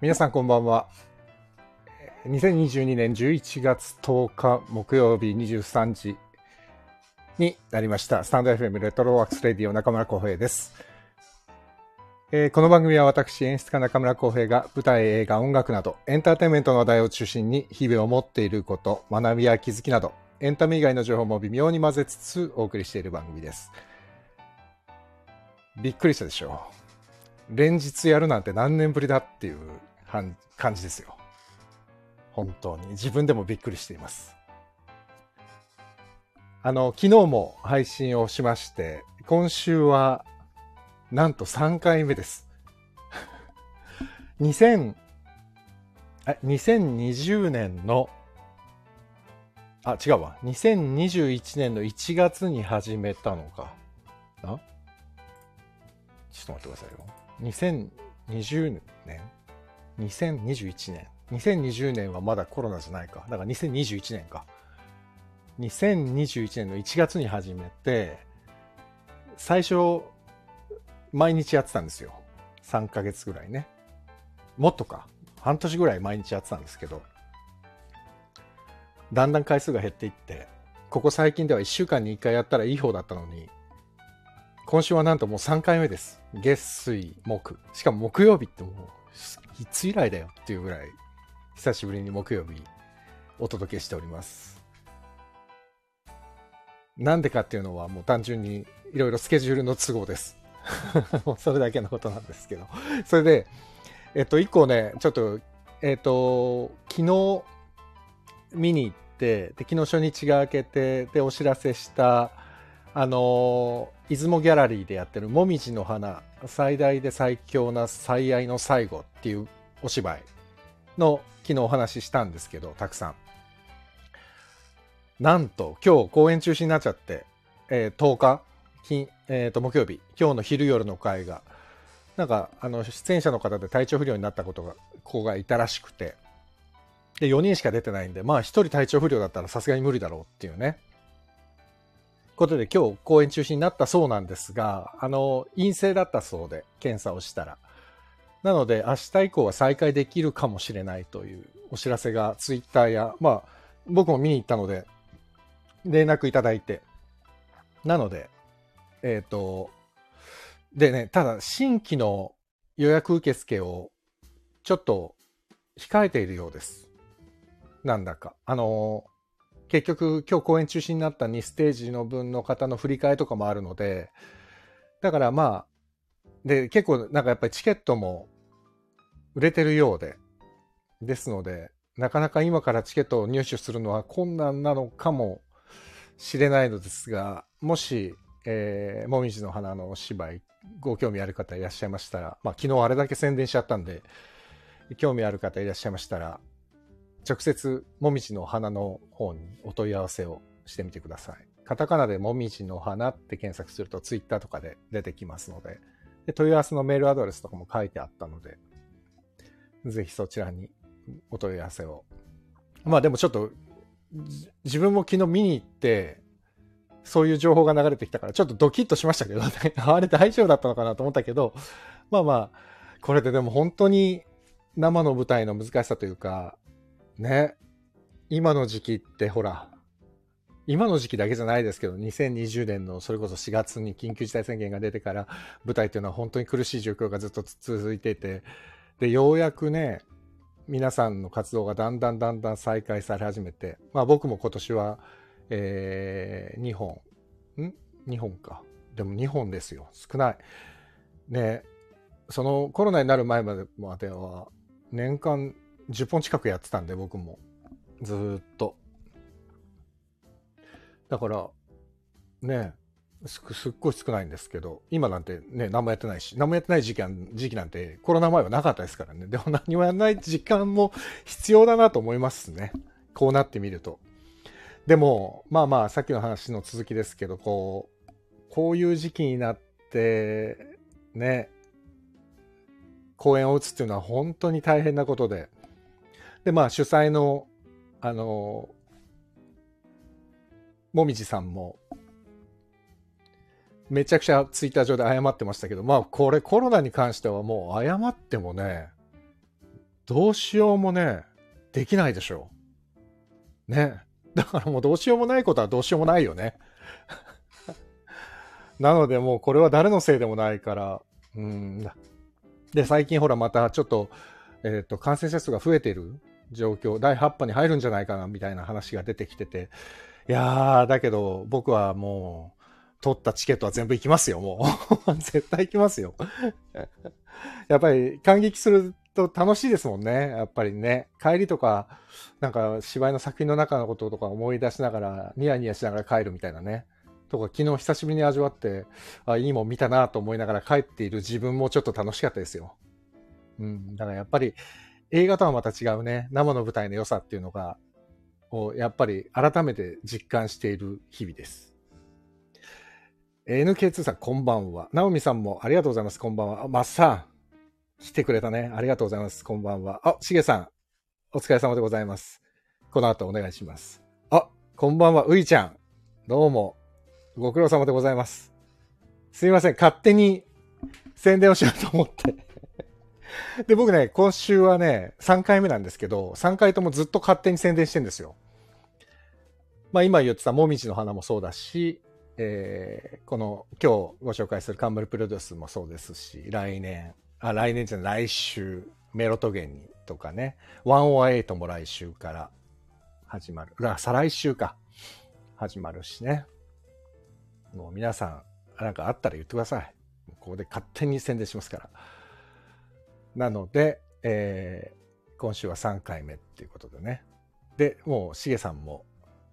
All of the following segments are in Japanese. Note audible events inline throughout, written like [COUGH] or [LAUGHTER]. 皆さんこんばんはえー2022年11月10日木曜日23時になりましたスタンド FM レトロワークスレディオ中村浩平です、えーこの番組は私演出家中村浩平が舞台映画音楽などエンターテインメントの話題を中心に日々思っていること学びや気づきなどエンタメ以外の情報も微妙に混ぜつつお送りしている番組ですびっくりしたでしょう連日やるなんて何年ぶりだっていうはん感じですよ本当に自分でもびっくりしていますあの昨日も配信をしまして今週はなんと3回目です2000え2020年のあ違うわ2021年の1月に始めたのかなちょっと待ってくださいよ。2020年 ?2021 年 ?2020 年はまだコロナじゃないか。だから2021年か。2021年の1月に始めて、最初、毎日やってたんですよ。3ヶ月ぐらいね。もっとか。半年ぐらい毎日やってたんですけど、だんだん回数が減っていって、ここ最近では1週間に1回やったらいい方だったのに、今週はなんともう3回目です。月、水、木。しかも木曜日ってもう、いつ以来だよっていうぐらい、久しぶりに木曜日、お届けしております。なんでかっていうのはもう単純にいろいろスケジュールの都合です。 [LAUGHS] もうそれだけのことなんですけど。それで、えっと、一個ね、ちょっと、えっと、昨日見に行って、で昨日初日が明けて、で、お知らせした、あのー出雲ギャラリーでやってる「もみじの花最大で最強な最愛の最後」っていうお芝居の昨日お話ししたんですけどたくさんなんと今日公演中止になっちゃって、えー10日金、えーと木曜日今日の昼夜の会がなんかあの出演者の方で体調不良になったことが子がいたらしくてで4人しか出てないんでまあ1人体調不良だったらさすがに無理だろうっていうねことで今日公演中止になったそうなんですが、あの、陰性だったそうで、検査をしたら。なので、明日以降は再開できるかもしれないというお知らせが、ツイッターや、まあ、僕も見に行ったので、連絡いただいて。なので、えっ、と、でね、ただ、新規の予約受付を、ちょっと、控えているようです。なんだか。あの結局今日公演中止になった2ステージの分の方の振り替えとかもあるのでだからまあで結構なんかやっぱりチケットも売れてるようでですのでなかなか今からチケットを入手するのは困難なのかもしれないのですがもし、えー、もみじの花のお芝居ご興味ある方いらっしゃいましたら、まあ、昨日あれだけ宣伝しちゃったんで興味ある方いらっしゃいましたら直接、もみじの花の方にお問い合わせをしてみてください。カタカナでもみじの花って検索すると、ツイッターとかで出てきますのでで、問い合わせのメールアドレスとかも書いてあったので、ぜひそちらにお問い合わせを。まあでもちょっと、じ自分も昨日見に行って、そういう情報が流れてきたから、ちょっとドキッとしましたけどね。 [LAUGHS] あれ大丈夫だったのかなと思ったけど、まあまあ、これででも本当に生の舞台の難しさというか、ね今の時期ってほら今の時期だけじゃないですけど2020年のそれこそ4月に緊急事態宣言が出てから舞台というのは本当に苦しい状況がずっと続いていてでようやくね皆さんの活動がだんだんだんだん再開され始めて、まあ、僕も今年は、え2本ん2本かでも2本ですよ少ないねそのコロナになる前までまでは年間10本近くやってたんで僕もずーっとだからねすすっごい少ないんですけど今なんてね何もやってないし何もやってない時期は時期なんてコロナ前はなかったですからねでも何もやらない時間も必要だなと思いますねこうなってみるとでもまあまあさっきの話の続きですけどこうこういう時期になってね公演を打つっていうのは本当に大変なことででまあ主催のあのもみじさんもめちゃくちゃツイッター上で謝ってましたけどまあこれコロナに関してはもう謝ってもねどうしようもね、できないでしょう。ね。だからもうどうしようもないことはどうしようもないよね。 [LAUGHS] なのでもうこれは誰のせいでもないから、うん。で、最近ほらまたちょっと、えっ、ー、と、感染者数が増えてる状況、第8波に入るんじゃないかなみたいな話が出てきてて、いやー、だけど僕はもう、取ったチケットは全部行きますよ、もう。 [LAUGHS] 絶対行きますよ。やっぱり感激すると楽しいですもんね、やっぱりね。帰りとか、なんか芝居の作品の中のこととか思い出しながら、ニヤニヤしながら帰るみたいなね。とか、昨日久しぶりに味わって、あ、いいもん見たなと思いながら帰っている自分もちょっと楽しかったですよ。うん、だからやっぱり映画とはまた違うね、生の舞台の良さっていうのが、をやっぱり改めて実感している日々です。NK2 さん、こんばんは。ナオミさんもありがとうございます。こんばんは。マッサン、来てくれたね。ありがとうございます。こんばんは。あ、しげさん、お疲れ様でございます。この後お願いします。あ、こんばんは。ういちゃん、どうも。ご苦労様でございます。すいません。勝手に宣伝をしようと思ってで、僕ね、今週はね、3回目なんですけど、3回ともずっと勝手に宣伝してんですよ。まあ今言ってたもみじの花もそうだし、えー、この今日ご紹介する冠プロデュースもそうですし、来年、あ、来年じゃない、来週、メロトゲにとかね、108も来週から始まる。再来週か。始まるしね。もう皆さん、なんかあったら言ってください。ここで勝手に宣伝しますから。なので、えー、今週は3回目っていうことでね。で、もうしげさんも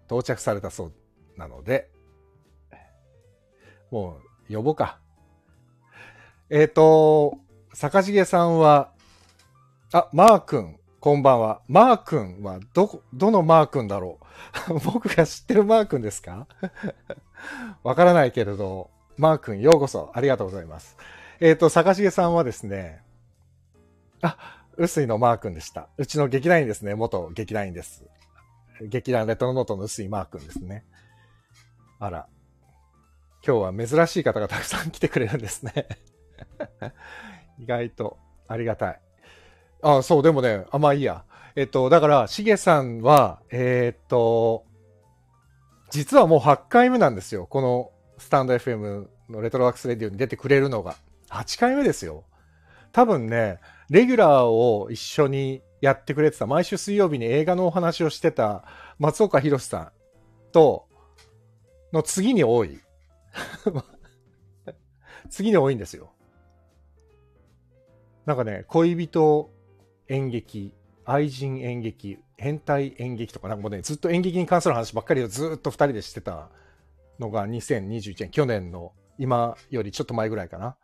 到着されたそうなので、もう呼ぼうか。えっ、ー、と、坂重さんは、あ、マー君、こんばんは。マー君は、ど、どのマー君だろう [LAUGHS] 僕が知ってるマー君ですか [LAUGHS] わからないけれど、マー君ようこそありがとうございます。えっ、ー、と、坂重さんはですね、あ、薄井のマー君でした。うちの劇団員ですね。元劇団員です。劇団レトロノートの薄井マー君ですね。あら、今日は珍しい方がたくさん来てくれるんですね [LAUGHS] 意外とありがたい。あ、そう、でもね、あ、まあいいや。えっと、だから、しげさんは、えー、っと、実はもう8回目なんですよ。このスタンド FM のレトロワークスレディオに出てくれるのが。8回目ですよ。多分ね、レギュラーを一緒にやってくれてた、毎週水曜日に映画のお話をしてた松岡弘さんと、の次に多い。 [LAUGHS] 次に多いんですよ。なんかね、恋人演劇、愛人演劇、変態演劇とか、なんかもうね、ずっと演劇に関する話ばっかりをずっと2人でしてたのが2021年、去年の今よりちょっと前ぐらいかな。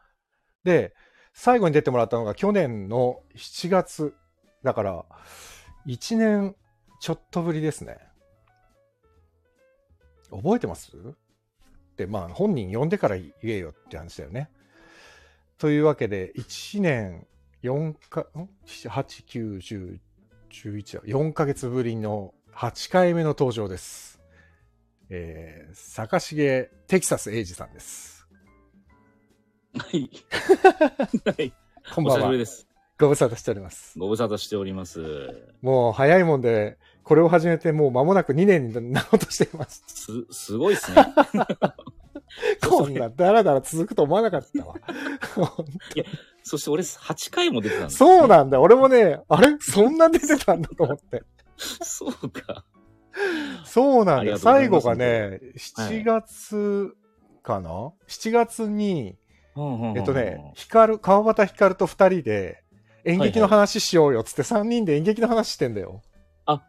で、最後に出てもらったのが去年の7月、だから1年ちょっとぶりですね。覚えてますっまあ、本人呼んでから言えよって話だよね。というわけで、1年4か、ん ?8、9、10、11、4ヶ月ぶりの8回目の登場です。えー、坂重テキサス英二さんです。はい。はい。 [LAUGHS] こんばんは。お久しぶりです。ご無沙汰しております。ご無沙汰しております。もう早いもんで、これを始めてもう間もなく2年になろうとしています。す、すごいっ [LAUGHS] すね。こんなだらだら続くと思わなかったわ。いや、そして俺8回も出てたんだ、ね、そうなんだ。俺もね、あれそんな出てたんだと思って。そうか。そうなんだ。最後がね、7月かな、はい、?7 月に、えっとね、光る、川端光と2人で演劇の話しようよっつって3人で演劇の話してんだよ。あ、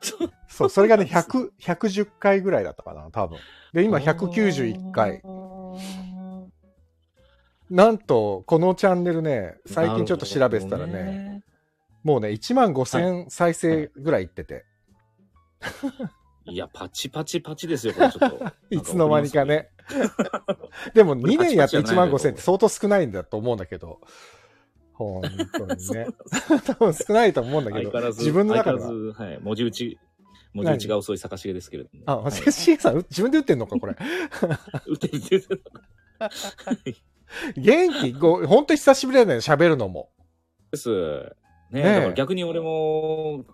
そう。それ [LAUGHS] がね、100、110回ぐらいだったかな、多分。で、今191回。なんと、このチャンネルね、最近ちょっと調べてたらね、ねもうね、1万5000再生ぐらいいってて。いや、パチパチパチですよ、これち [LAUGHS] ょっと。いつの間にかね。でも2年やって1万5000って相当少ないんだと思うんだけど。本当にね。 [LAUGHS] 多分少ないと思うんだけど、自分の中では。はい、文字打ち、文字打ちが遅い坂重ですけれども。あ、坂重さん、自分で打ってんのか、これ。打ってる、打ってる。元気、ご、本当久しぶりだね、喋るのも。です。ねねえだから逆に俺も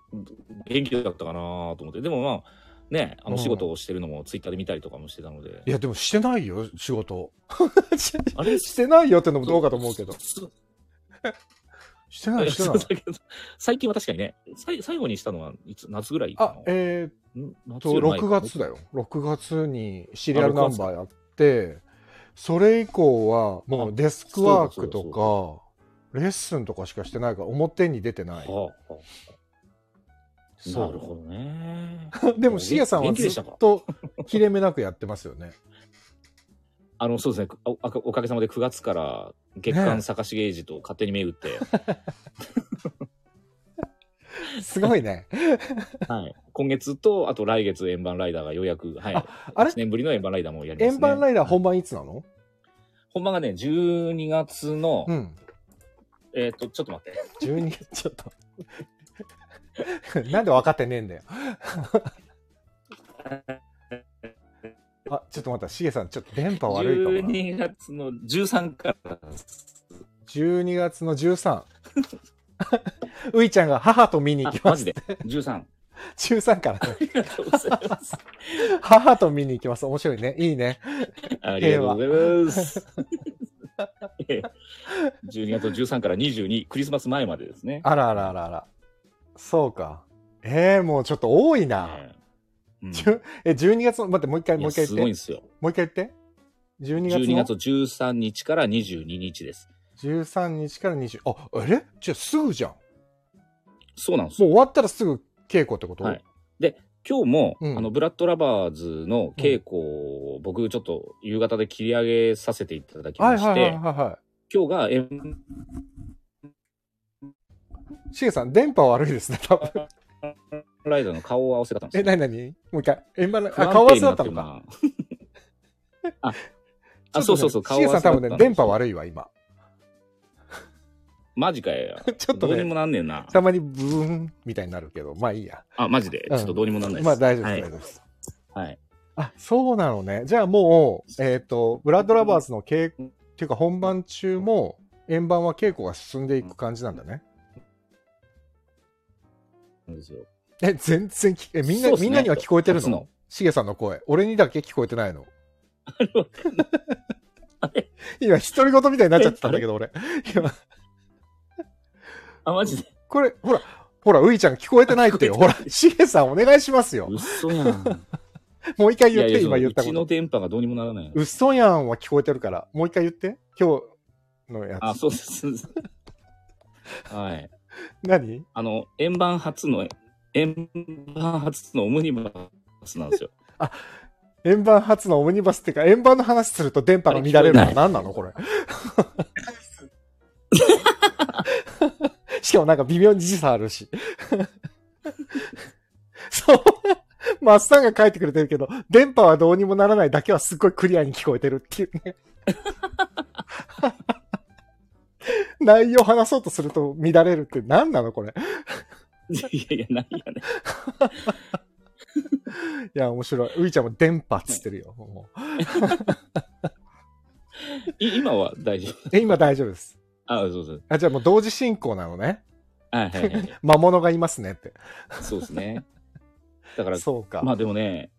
元気だったかなと思ってでもまあねあうのん仕事をしてるのもツイッターで見たりとかもしてたのでいやでもしてないよ仕事 [LAUGHS] しあれしてないよってのもどうかと思うけどそうしてないしてそなうい [LAUGHS] だけど最近は確かにねさい最後にしたのはいつ夏ぐらいかあなえー、ん夏とより前か6月だよ6月にシリアルナンバーやってそれ以降はもうデスクワークそうだとかレッスンとかしかしてないから表に出てないはあはあそうなるほどねでもシゲさんは元気ずでしたっかと切れ目なくやってますよ [LAUGHS] ねあのそうですねおあおかげさまで9月から月ねえ刊坂重英二と勝手に銘打って、すごいねはい、今月とあと来月円盤ライダーがようやく、はい、あれ1年ぶりの円盤ライダーもやります、ね、円盤ライダーはい本番いつなの、本番がね12月の、うんえっ、とちょっと待って12月ちょっと [LAUGHS] なんで分かってねえんだよ [LAUGHS] あちょっと待ったしげさんちょっと電波悪いかもな12月の13からです12月の13 [LAUGHS] ういちゃんが母と見に行あきまマすジで13 [LAUGHS] 13からねありがとうございます母と見に行きます面白いねいいねありがとうございます [LAUGHS] ええ12月の13から22クリスマス前までですねあらあらあらあらそうかえー、もうちょっと多いな、ええうんじゅえ12月の待ってもう一回いもうや一回すごい言んっでてすよもう一回言って12月12の月13日から22日です13日から20ああれじゃあすぐじゃんもそうなんでうすよ終わったらすぐ稽古ってこと、はい今日も、うんあのブラッドラバーズの稽古を僕ちょっと夕方で切り上げさせていただきはまいして、はいはいはいは今日が円いしげさん電波悪いですね多分 [LAUGHS] ライダーの顔を合わせだったんでえすよなになにもう一回円盤の不あ安定顔合わせだったのにかなって [LAUGHS] るなああそうそうそうシエさん多分ね、電波は悪いわ、 [LAUGHS] 今。マジかよ [LAUGHS] ちょっとどうにね、もなんねんなたまにブーンみたいになるけど、まあいいや。あマジでうちょんっとどうにもなんないです、まあ大丈夫です、はい大丈夫です。はいあ、そうなのね。じゃあもう、えっ、と、ブラッドラバーズの稽古、っていうか本番中も、円盤は稽古が進んでいく感じなんだね。そうですよえ、全然き、え、みんな、そうっすねみんなには聞こえてる初ののしげさんの声。俺にだけ聞こえてないの。 [LAUGHS] 今、独り言みたいになっちゃってたんだけど、俺。今、あ [LAUGHS] マジでこれ、ほら、ほら、ういちゃん聞こえてないってよ。ほら、しげさんお願いしますよ。[LAUGHS] 嘘やんもう一回い言っやて、いや今言ったうこちとの。電波がどうにもならない嘘やんは聞こえてるから、もう一回言って。今日のやあ、つ。そうです。 [LAUGHS] はい。何あの、円盤初の、円盤初のオムニバスなんですよ。 [LAUGHS] 円盤初のオムニバスっていうか、円盤の話すると電波が乱れるのあはれ聞何なのこれ。 [LAUGHS] しかもなんか微妙に時差あるし。 [LAUGHS] そう。マッサンが書いてくれてるけど、電波はどうにもならないだけはすっごいクリアに聞こえてるっていうね。 [LAUGHS] 内容話そうとすると乱れるって何なのこれ。いやいや、ないやね。いや、面白い。ういちゃんも電波っつってるよ。もうい今は大丈夫。え、今大丈夫です。あ、そうそう。あ、じゃあもう同時進行なのね。はいはいはい。魔物がいますねって。そうですね。だから、そうか。まあでもね、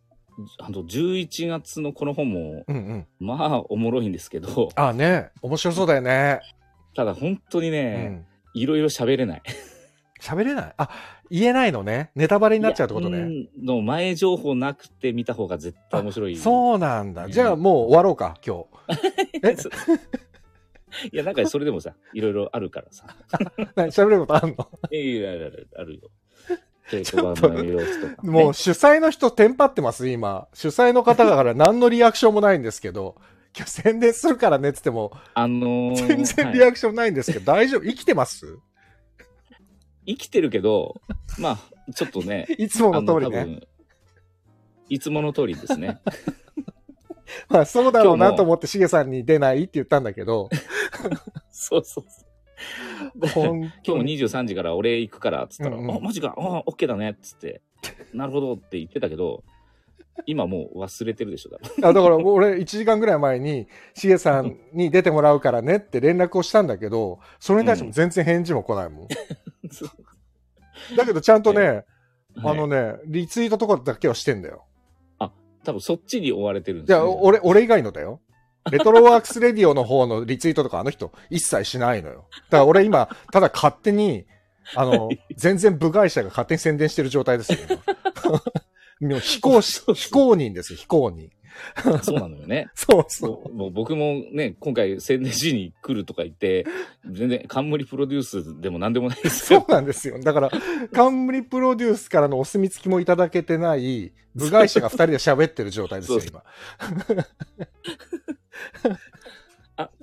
あの、11月のこの本も、うんうん。まあ、おもろいんですけど、あね、面白そうだよね。ただ本当にうね、ん。いろいろ喋れない。喋れないあ、言えないのね。ネタバレになっちゃうってこといやね。。うんの前情報なくて見た方が絶対面白い。そうなんだ。ねじゃあもう終わろうか、今日。えそういや、なんかそれでもさ、いろいろあるからさ。 [LAUGHS] 何喋ることあんのいやいやいやいやあるよ。稽ょっ古と場の様子とか、ね。もう主催の人テンパってます、今。主催の方だから何のリアクションもないんですけど。今日宣伝するからねってっても、あのー全然リはいアクションないんですけど、大丈夫生きてます、生きてるけど、まあ、ちょっとねいつもの通りあね。の多分いつもの通りですね。まあ、そうだろうな今日もと思って、しげさんに出ないって言ったんだけど、そうそうそう。で [LAUGHS] 今本日当もに。 23時から俺行くからっつったら、うんうんあ、マジか、あ、オッケーだねっつって、なるほどって言ってたけど、今もう忘れてるでしょ、だか [LAUGHS] あだから、俺、1時間ぐらい前に、しげさんに出てもらうからねって連絡をしたんだけど、それに対しても全然返事も来ないもん。だけどちゃんとね、はい [LAUGHS] あのね、リツイートとかだけはしてんだよ。 [LAUGHS] 多分そっちに追われてるんじでゃすあ、ね。俺、俺以外のだよ。レトロワークスレディオの方のリツイートとかあの人一切しないのよ。だから俺今、ただ勝手に、あ [LAUGHS] の、全然部外者が勝手に宣伝してる状態ですよ。 [LAUGHS] 今もう非公式、非公認です、非公認。そうなのよね。そうそう。もう僕もね、今回宣伝しに来るとか言って、全然冠プロデュースでも何でもないですそうよ。なんですよ。だから、冠プロデュースからのお墨付きもいただけてない、部外者が二人で喋ってる状態ですよ、そう今。 [LAUGHS] あ [LAUGHS]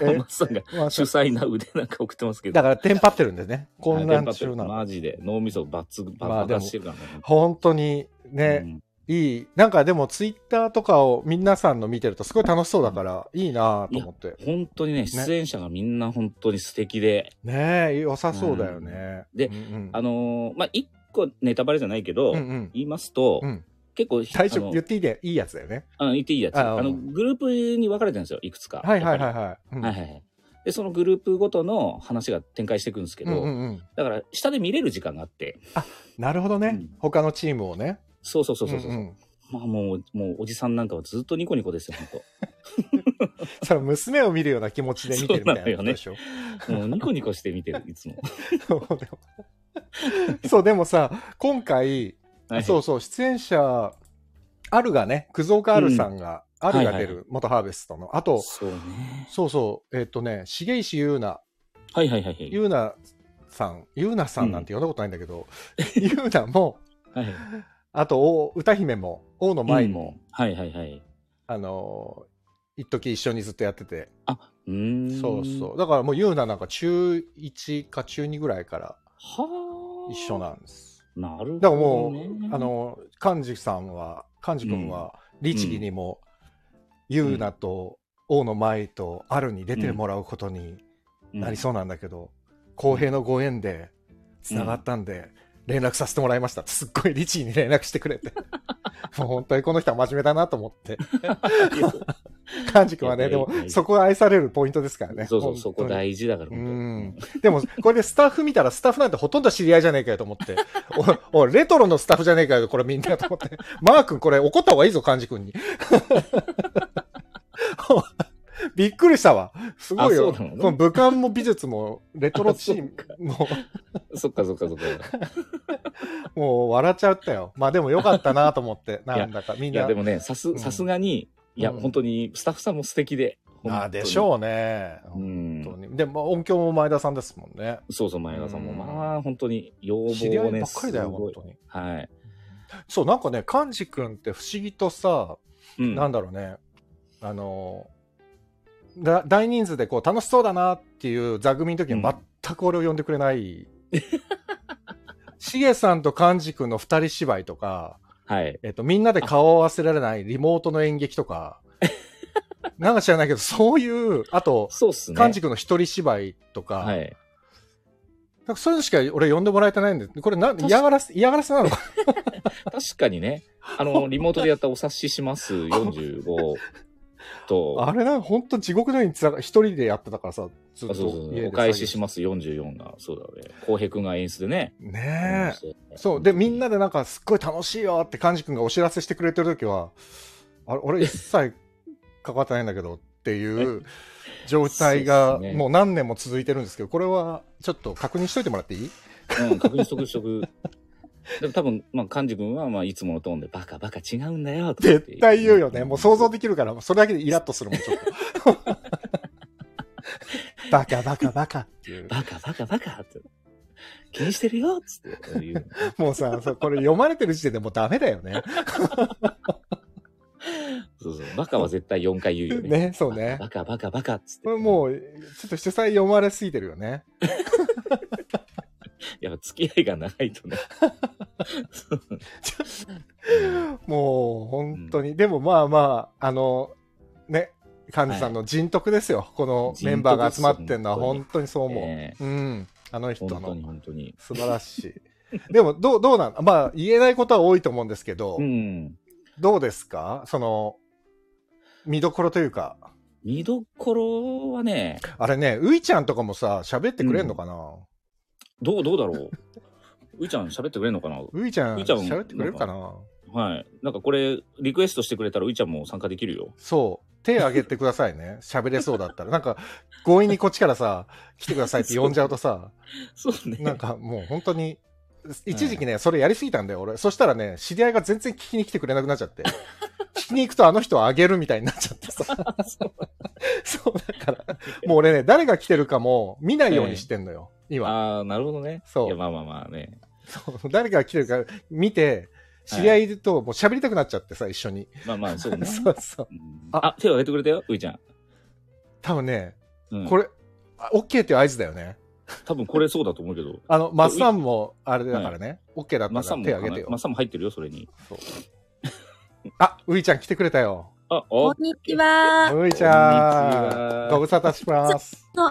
えマスさんがまあ主催な腕なんか送ってますけど。だから、テンパってるんでね。混乱中なの。マジで脳みそバツバまあツでもバツしてるからね。本当にね、いい。なんかでも、ツイッターとかを皆さんの見てるとすごい楽しそうだから、いいなぁと思って。うん本当にね、出演者がみんな本当に素敵で、ねえ、良さそうだよね。うんでうんうん、あのーまあ、一個ネタバレじゃないけど、うんうん。言いますと、うん結構、大丈夫、あの言っていいで、いいやつだよね。あの言っていいやつ。あうあんの、グループに分かれてるんですよ、いくつか。はいはいはいやっはい。うんぱりはいはいはい。で、そのグループごとの話が展開していくんですけうど、んうんうん。だから、下で見れる時間があって、なるほどね、うん他のチームをね。そうそうそうそうそう。んんまあ、もう、もう、おじさんなんかはずっとニコニコですよ、ほんと。それ娘を見るような気持ちで見てるみたいなことでしょ。 [LAUGHS] もう、ニコニコして見てる、いつも。そうでも [LAUGHS] そう、でもさ、今回、はいそうそう、出演者、あるがね、クゾーカールさんが、あるが出はいはいる、元ハーベストの。あと、そうね。そうそう、えっ、とね、重石優奈、はいはいはいはい。優奈さん、優奈さんなんて呼んだことないんだけど、 [LAUGHS] 優奈も、はい。あと、お歌姫も、大野舞も、うん。はいはいはい。あのー一時一緒にずっとやってて、うーん。。そうそうう。だからもう優奈なんか中1か中2ぐらいからはあ。一緒。なんです。なるほど、ね。だからもう、あ、の、幹事さんは、幹事君は、律儀にも、ゆうなと、大野舞と、あるに出てもらうことになりそうなんだけど、公平のご縁で、つながったんで、連絡させてもらいました。すっごい律儀に連絡してくれ [LAUGHS] て。もう本当にこの人は真面目だなと思って。 [LAUGHS] うん。いや幹事君はね、でもいやいやい、やそこが愛されるポイントですからね。そうそう、そこ本当に大事だから、う本当ん。でも、これでスタッフ見たら、スタッフなんてほとんど知り合いじゃねえかよと思って。お、お、レトロのスタッフじゃねえかよ、これみんなと思って。マー君、これ怒った方がいいぞ、幹事君に。 [LAUGHS] びっくりしたわ。すごいよ。あそうなのこの武漢も美術も、レトロチームあそも、 [LAUGHS] そっかそっかそっか。もう笑っちゃったよ。まあでもよかったなと思って、なんだかみん [LAUGHS] いな。や、でもね、さうんす、さすがに、いや、うん本当に、スタッフさんも素敵で。あでしう。ょうね。う本当ん。に。でも音響も前田さんですもんね。そうそう、前田さんも、うんまあ、本当に、要望をね、知り合いばっかりだよ、すご本い当に。はい。そう、なんかね、幹事君って不思議とさ、うんなんだろうね、あのだ大人数でこう楽しそうだなっていう座組の時にうん全く俺を呼んでくれない。 [LAUGHS] しげさんと幹事君の二人芝居とか、はい。えっと、みんなで顔を合わせられないリモートの演劇と [LAUGHS] か、なんか知らないけど、そういう、あと、そうっすね。幹事君の一人芝居とか、はい。なんかそういうのしか俺呼んでもらえてないんで、これなか嫌がらせ、嫌がらせなのか確かにね、[LAUGHS] あの、リモートでやったお察しします45と、あれな、本当地獄のようにつらか一人でやってたからさ、ずっあとそうそうそう家で作業お返しします44が、そうだね。浩平くんが演出でね。ねえ。えそう。で、みんなでなんか、すっごい楽しいよって幹事君がお知らせしてくれてるときは、あれ、俺一切関わってないんだけどっていう状態そが、うですねもう何年も続いてるんですけど、これはちょっと確認しといてもらっていい [LAUGHS] うん、確認しとくしとく。でも多分、まあ、幹事君は、まあ、いつものトーンで、バカバカ違うんだよ、とかって絶対言うよね。もう想像できるから、それだけでイラッとするもん、ちょっと。 [LAUGHS] バカバカバカっていう。バカバカバカって。気にしてるよ、つって言う。もうさ、そうこれ読まれてる時点でもうダメだよね。そうそう。バカは絶対4回言うよね。ね、そうね。バカバカバカ、つって。これもう、ちょっと主催読まれすぎてるよね。やっぱ付き合いが長いとね。そうもう本当に、でもまあまああのね幹事さんの人徳ですよ、このメンバーが集まってるのは人本当にそう思う、えうんあの人本当のに本当に。素晴らしいでもどうどうなんまあ言えないことは多いと思うんですけど、うん。どうですかその見どころというか見どころはね、あれねういちゃんとかもさ喋ってくれんのかな、どう、どうだろう。ういちゃん喋ってくれんのかなういちゃんういちゃん喋ってくれるかなはい。なんかこれ、リクエストしてくれたらういちゃんも参加できるよ。そう手挙げてくださいね喋れそうだったらなんか強引にこっちからさ来てくださいって呼んじゃうとさそう [LAUGHS] ね。なんかもう本当に一時期ね、それやりすぎたんだよ俺そしたらね知り合いが全然聞きに来てくれなくなっちゃって [LAUGHS] 聞きに行くとあの人はあげるみたいになっちゃってさそうだからもう俺ね誰が来てるかも見ないようにしてんのよ、今ああ、なるほどね。そういや、まあまあまあね。そう [LAUGHS] 誰が来てるか見て知り合いいるともう喋りたくなっちゃってさ一緒に、まあまあ、そう [LAUGHS] ね。そうそううんああ、手を挙げてくれたよ、ういちゃん。多分ねうん、これ、あ OK っていう合図だよね多分これそうだと思うけど。あの、マッサンも、あれだからね、OK だったマッサらンも手挙げてよマッ。サンも入ってるよ、それに。あ、ういちゃん来てくれたよ。あ、こおんにちは。ういちこんにちゃはん。ご無沙汰します。今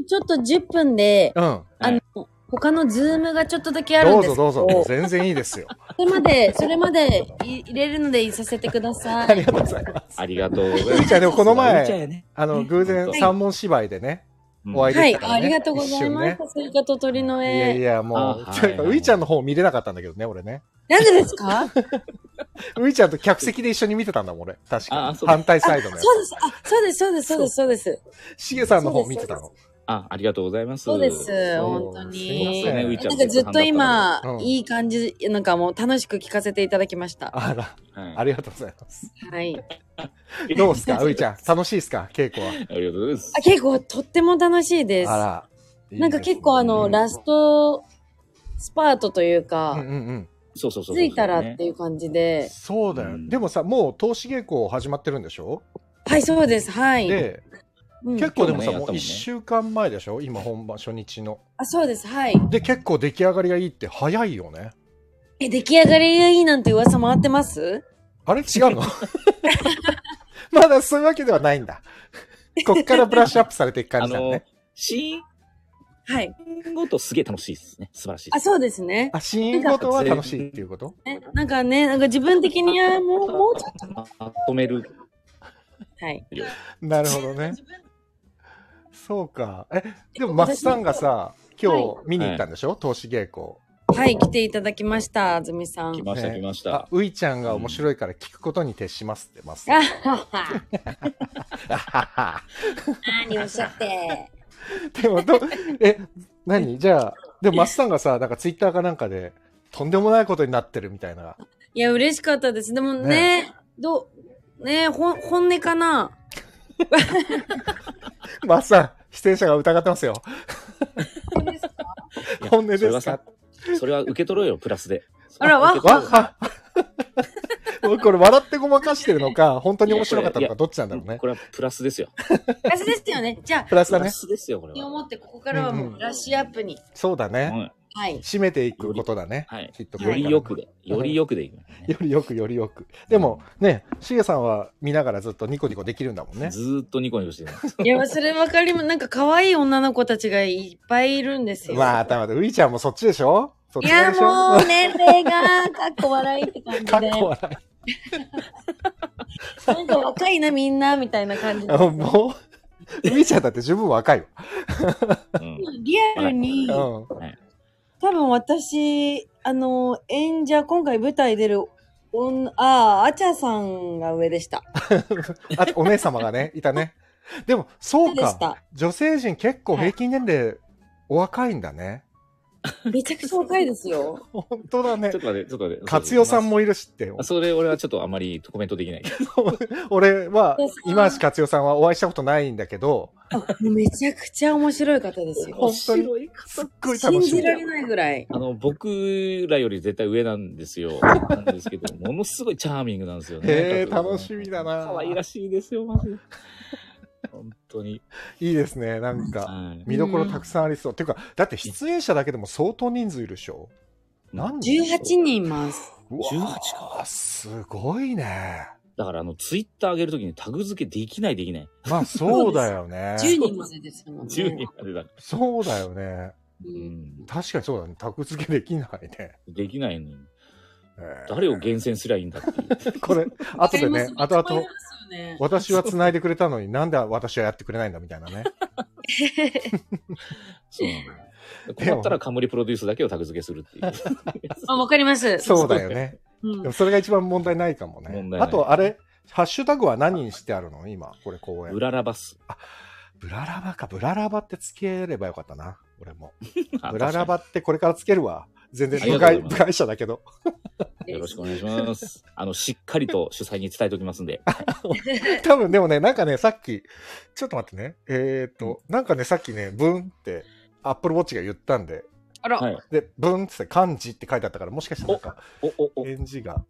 日ちょっと10分で、うん。あの、他のズームがちょっとだけあるどんうですぞけど、どうぞ。全然いいですよ。それまで、それまでい入れるのでいさせてくだあさりい。がとうございます。ありがとうございます。ういちゃん、でもこのういちゃん前、やねあの、偶然本当三文芝居でね、お会いではきい、たからあね。りがとうございま一す。スイカと鳥の瞬ねいや絵。いや、もあう、というかはいはういいちゃんの方見れなかったんだけどね、俺ね。なんでです [LAUGHS] かそうういちゃんと客席で一緒に見てたんだもん、俺。確かあそうだ反対サイドのやです。あ、そうです、そうです、そうです、そうです。つ。しげさんの方見てたの。あ、ありがとうございます。そうです、そう本当すいに。ませんういちゃなんんかずっと今うん、いい感じ、なんかもう楽しく聞かせていただきました。あら、はいありがとうございます。はい。どうですか、ういちゃん。楽しいですか、稽古は。ありがとうございますあ。結構とっても楽しいです。あら。なんか結構あの、ララストスパートというか、うんうんうん。そうそうそうそう。気づいたらっていう感じで、そうだよ。うんでもさ、もう投資稽古始まってるんでしょはい、そうです、はい。で、うん結構でもさ、今日もねやもったう1もんね週間前でしょ今本番初日の。あ、そうです、はい。で、結構出来上がりがいいって早いよね。え、出来上がりがいいなんて噂回ってますあれ違う [LAUGHS] のまだそういうわけではないんだ。こっからブラッシュアップされていく感あじだのね。、シはい。ーンごとすげえ楽しいですね。素晴らしいであ、す。そうですね。あ、シーンごとは楽しいっていうことねなんかね、なんか自分的にはもう、もうちょっまとめると。はい。よ。なるほどね。そうか。え、でも、マスさんがさ、今日見に行ったんでしょ投資稽古。はい、来ていただきました、あずみさん来。ました、来ましあた。、ういちゃんが面白いから聞くことに徹しますってます。あはは。で何おっしゃって。もど、え、何じゃあ、でも、マスさんがさ、なんかツイッターかなんかで、とんでもないことになってるみたいな。いや、嬉しかったです。でもね、どう、ね、ほん、本音 [LAUGHS] かなマスさん、出演者が疑ってますよ。本音でそれすはさかそれは受け取ろうよ、プラスで。あらわ受け取わろうよは俺これ笑ってごまかしてるのか、本当に面白かったのいか、やどっちなんだろうね。これはプラスですよ。プラスですよね。じゃあ、プラスプだラね。スですよ、これは。思ってここからはもうブラッシュアップに。そうだね。はいはい。締めていくことだね。はいきっとこれかよらりよくで、よりよくでいく、ね。よりよくよりよく。でもね、しげさんは見ながらずっとニコニコできるんだもんね。ずーっとニコニコしてます。いや、それわかりも、なんか可愛い女の子たちがいっぱいいるんですよ。まあ、頭で、ういちゃんもそっちでしょそっいち側や、でしょもう年齢が、かっこ笑いって感じかっで。こ笑なんか若いな、みんな、みたいな感じい。であ。もう、ういちゃんだって十分若い [LAUGHS] うんリアルに、多わ。うん。分私、あの、演者、今回舞台出る女、ああ、あちゃさんが上でした。あと、お姉様が [LAUGHS] ね、いたね。でも、そうそうでしかた。女性陣結構平均年齢、お若いんだね。めちゃくちゃ若いですよ。本当だねちょっ。と待って、ちょっと待って。勝代さんも。もいるしって。あそれ俺はちょっとあまりコメントできない。俺はそうです、か今し勝代さんはお会いしたことないんだけど、めちゃくちゃ面白い方ですよ。本当に面白い方すっごい信楽しじみら。れないぐらい。あの、僕らより絶対上なんです [LAUGHS] よ。なんですけど、ものすごいチャーミングなんですよね。へー楽しみだな可愛らしいですよ、マジで。本当に。いいですね、なんか。はい。見どころたくさんありそう。ていうか、だって出演者だけでも相当人数いるでしょ。何人18人います。うわ18あすごいね。だから、あの、ツイッター上げるときにタグ付けできないできない。まあそうだよね。 10人までですもんね。 [LAUGHS] 10人までだかそうだよね。うら。うんん。確かにそうだね。タグ付けできないね。できないのに。えー誰を厳選すりゃいいん [LAUGHS] だっていう。これ、後でね、わ後々、かりますわかりますよね私は繋いでくれたのになんで私はやってくれないんだみたいなね。そうなんだよ。困ったら冠プロデュースだけをタグ付けするっていう。 [LAUGHS] あ、わかります。そうだよね。うんでもそれが一番問題ないかも問ね。題ないあと、あれ、ハッシュタグは何にしてあるの今、これ公演う。ららバ [LAUGHS] ス。ブララバか。ブララバってつければよかったな。俺も。あブララバってこれからつけるわ。全然あり部がと外うございま部す外者だけど。よろしくお願いします。あの、しっかりと主催に伝えておきますんで。多分でもね、なんかね、さっき、ちょっと待ってね。えーっと、なんかね、さっきね、ブンって、アップルウォッチが言ったんで、 [LAUGHS] あら、はい。で、ブンって漢字って書いてあったから、もしかしたらなんか、お、お、お、返事が。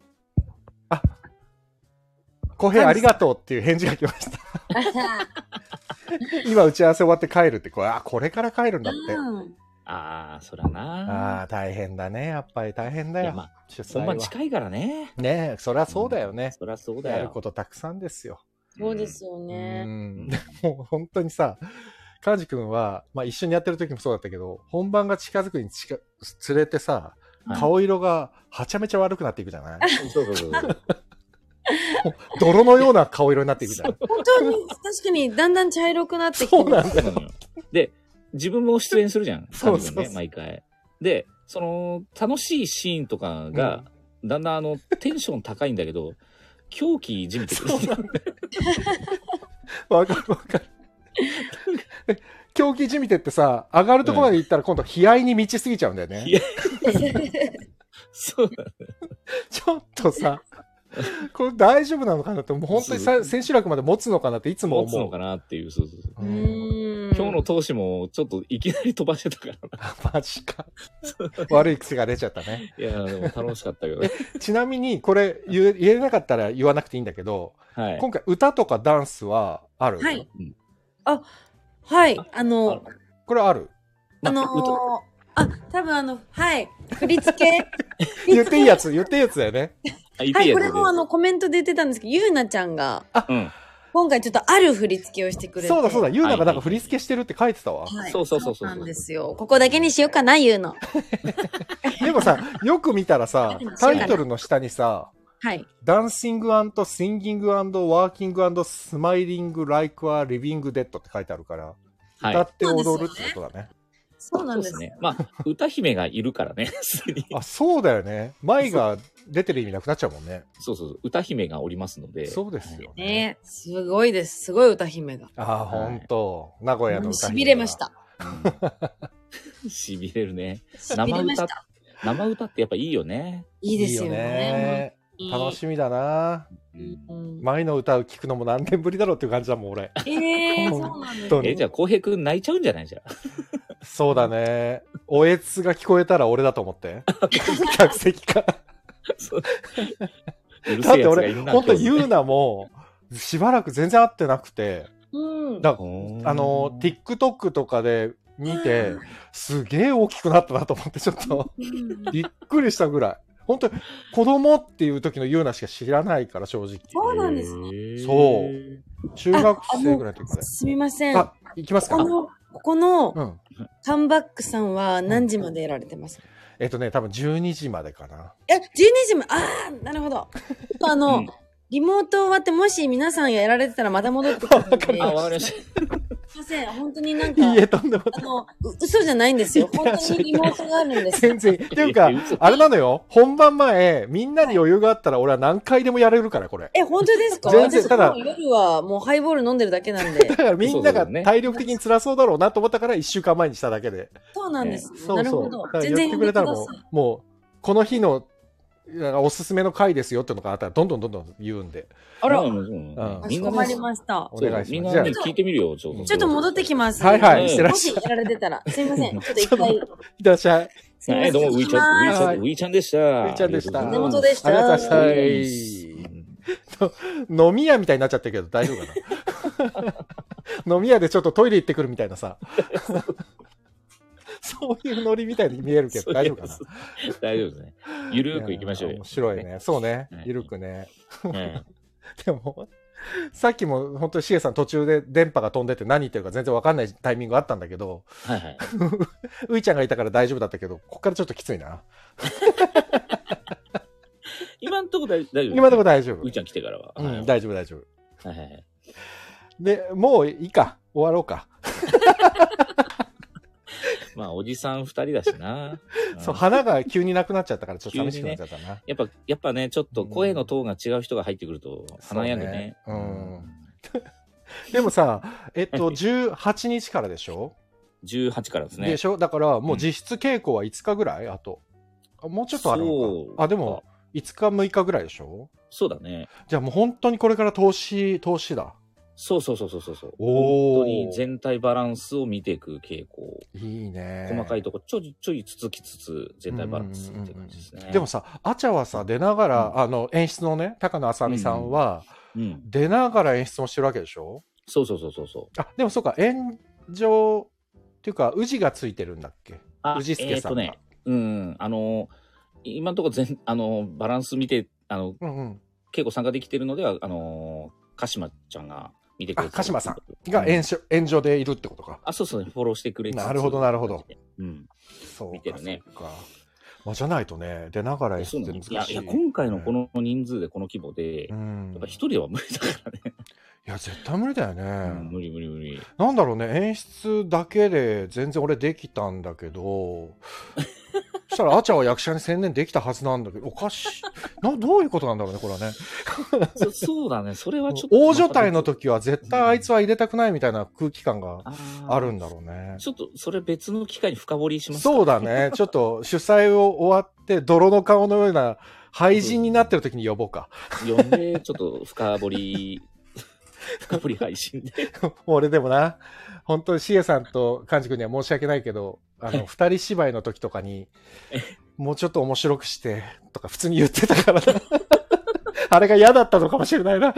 あ浩平ありがとうっていう返事が来ま [LAUGHS] した。今打ち合わせ終わって帰るって、これ、あ、これから帰るんだって。うんああ、そらあなあ、大変だね。やっぱり大変だいよ。やまあ出ー。ほ産んはま。近いからね。ねえ、そりゃそうだよね。そらそうだやるよこ。とたくさんですよ。そうですよね。うんね。もう本当にさ、カジ君は、まあ一緒にやってる時もそうだったけど、本番が近づくに近つれてさ、はい顔色がはちゃめちゃ悪くなっていくじゃない、そうそうそうそう。泥のような顔色になっていくじゃない本当に、確かにだんだん茶色くなってきてそうなんますそうなのよで、自分も出演するじゃん。そうそうそう多分ね、毎回。で、その、楽しいシーンとかが、だんだんあの、テンション高いんだけど、狂気じみてくる。 [LAUGHS] わかるわかる。 [LAUGHS] 狂気じみてってさ、上がるとこまで行ったら今度、悲哀に満ちすぎちゃうんだよね悲。そうだちょっとさ、これ大丈夫なのかなって、もう本当にさそう千秋楽まで持つのかなっていつも持つの思う。かなっていう、そうそうそうう。 [LAUGHS] うんん。今日の投資もちょっといきなり飛ばしてたからな。マジか。悪い癖が出ちゃったね。いや、でも楽しかったけどね。ちなみに、これ言え言えなかったら言わなくていいんだけど、 [LAUGHS] はい。今回歌とかダンスはある、はいうん。あ、はい、あの、これあるあのー歌あ、多分あの、はい、振り付け。 [LAUGHS] 言っていいやつ、言っていいやつだよね。あいてはやい、つこれもあの、コメントで言ってたんですけど、ゆうなちゃんが、うん。今回ちょっとある振り付けをしてくれて。そうだそうだ、だ。ゆうながなんか振り付けしてるって書いてたわ。はい、そうそうそうそうなんですよ。ここだけにしようかな、ゆうの。 [LAUGHS] でもさ、よく見たらさ、タイトルの下にさ、はい。ダンシングシンギングワーキングスマイリング・ライク・ア・リビング・デッドって書いてあるから、はい歌。って踊るってことだね。そうなんですそうね。ね。まあ、歌姫がいるからね、 [LAUGHS] すでにあ、そうだよね。前が出てる意味なくなっちゃうもんね。そうそうそう、歌姫がおりますので。そうですよね。ねすごいです。すごい歌姫が。あー、はいほんと。名古屋の歌し姫びれまし。た。うん。しびれるね。しびれまし生歌た。生歌ってやっぱいいよね。いいですよね。いいよね楽しみだな。うんうん前の歌を聴くのも何年ぶりだろうっていう感じだもん、 [LAUGHS] 俺。えー、そうなんで本す当え、にじゃあ、浩平くん泣いちゃうん [LAUGHS] じゃないじゃあ。そうだね。おえつが聞こえたら俺だと思 [LAUGHS] って。客席から。 [LAUGHS] そうだってうるせえやつがい俺、るな。本当今日ゆうなも、しばらく全然会ってなくて、うん。だほーあの、TikTok とかで見てうん、すげえ大きくなったなと思って、ちょっ [LAUGHS] とうんびっくりしたぐらい。本当に子供っていう時のゆうなしか知らないから、正直。そうなんですね。ねそ中学生ぐらいの時から。すみません。あこ、行きますかこ。の、ここのうん。カンバックさんは何時までやられてますえっとね、多分12時までかな。え、12時まで、あー、なるほど。あうのん、リモート終わって、もし皆さんやられてたらまた戻ってくるので、[LAUGHS] すあ、わかりました。いません、本当になんいかい、え、とんでもあの、う嘘じゃないんですよ。 [LAUGHS] 本当にリモートがあるんです。全然。っていうかいや嘘、あれなのよ。本番前、みんなに余裕があったら俺は何回でもやれるから、これ。え、本当ですか全然私ただもう夜はもうハイボール飲んでるだけなんでだ。からみんなそうがだね体力的に辛そうだろうなと思ったから1週間前にしただけで。そうなんです。そなうるそほう。どだか。ら全やっ然てやくれめてたくらだもさう、もう、この日の、なんかおすすめの回ですよってのがあったら、どんどんどんどん言うんで。あらみうんい。んかなしこまりました。お願いしみんます。なじゃあね、、聞いてみるよ、ちょっと。ちょっと戻ってきます。はいはいしてらっもしゃしいやられてたら。すいません。ちょっと一回。いらっしゃい。すいまはせい、ん。どうも、ウィーちゃん、ウィーちゃはん、いウィーちゃんでした。みーちゃんでした。根本でしたありがとうござはいました。飲み屋みたいになっちゃってるけど大丈夫か [LAUGHS] な飲み屋でちょっとトイレ行ってくるみたいなさ。そういうノリみたいに見えるけど大丈夫かな大丈夫ですね。ゆるーくいきましょういやーよ面。白いね。そうねはい。ゆるくね。うんでも、さっきも本当にシエさん途中で電波が飛んでて何言ってるか全然わかんないタイミングあったんだけど、はいはい。ういちゃんがいたから大丈夫だったけど、こっからちょっときついな。今んとこ大大丈 [LAUGHS] 夫。今のとここ大丈夫。ういちゃん来てからは。うはいん、大丈夫大丈夫。はいはいはいで、もういいか。終わろうか。まあ、おじさん二人だしな。ん [LAUGHS] そう、花が急になくなっちゃったから、ち [LAUGHS] ょっと寂しくなっちゃったな。やっぱ、やっぱね、ちょっと声のトーンが違う人が入ってくると、華やぐね。そうねでもさ、えっ [LAUGHS] と、18日からでしょ18からですね。でしょだから、もう実質稽古は5日ぐらいあと。あもうちょっとあるそのうか。あ、でも、5日、6日ぐらいでしょそうだね。じゃあもう本当にこれから投資、投資だ。そうそうそうそうそうそう。おー本当に全体バランスを見ていく傾向。いいね。細かいとこちょいちょいつつきつつ全体バランスって感じですね。でも、さ、アチャはさ、出ながら、うんあの、演出のね、高野あさみさんは、うん、出ながら演出もしてるわけでしょそうそうそうそうそう。あ、でもそうか、炎上っていうか、宇治がついてるんだっけあ宇治助さんが。えーとねうん、あの今のところ全あのバランス見てあのうんうん。稽古参加できてるのではあの鹿島ちゃんが見てくれてるあ鹿島さが炎上、炎上でいるってことか。あそうそうフォローしてくれてなるほどなるほど。うん。そうか。見てるねそうか。まあ、じゃないとね、出ながら演そ出うっなてん難でしすい。いやいや今回のこの人数でこの規模で、うやん。っぱ一人では無理だからね。いや、絶対無理だよね。うん無理無理無理。なんだろうね演出だけで全然俺できたんだけ [LAUGHS] どそしたらあちゃんは役者に専念できたはずなんだけどおかしいなどういうことなんだろうねこれはねそそうだねそれはちょっと大所帯の時は絶対あいつは入れたくないみたいな空気感があーあるんだろうねちょっとそれ別の機会に深掘りしますかそうだねちょっと主催を終わって泥の顔のような廃人になってる時に呼ぼうか呼んでちょっと深 [LAUGHS] 掘り深掘り配信で俺でもな本当にシエさんと寛治君には申し訳ないけどあの二人芝居の時とかにもうちょっと面白くしてとか普通に言ってたからな [LAUGHS] あれが嫌だったのかもしれない [LAUGHS] な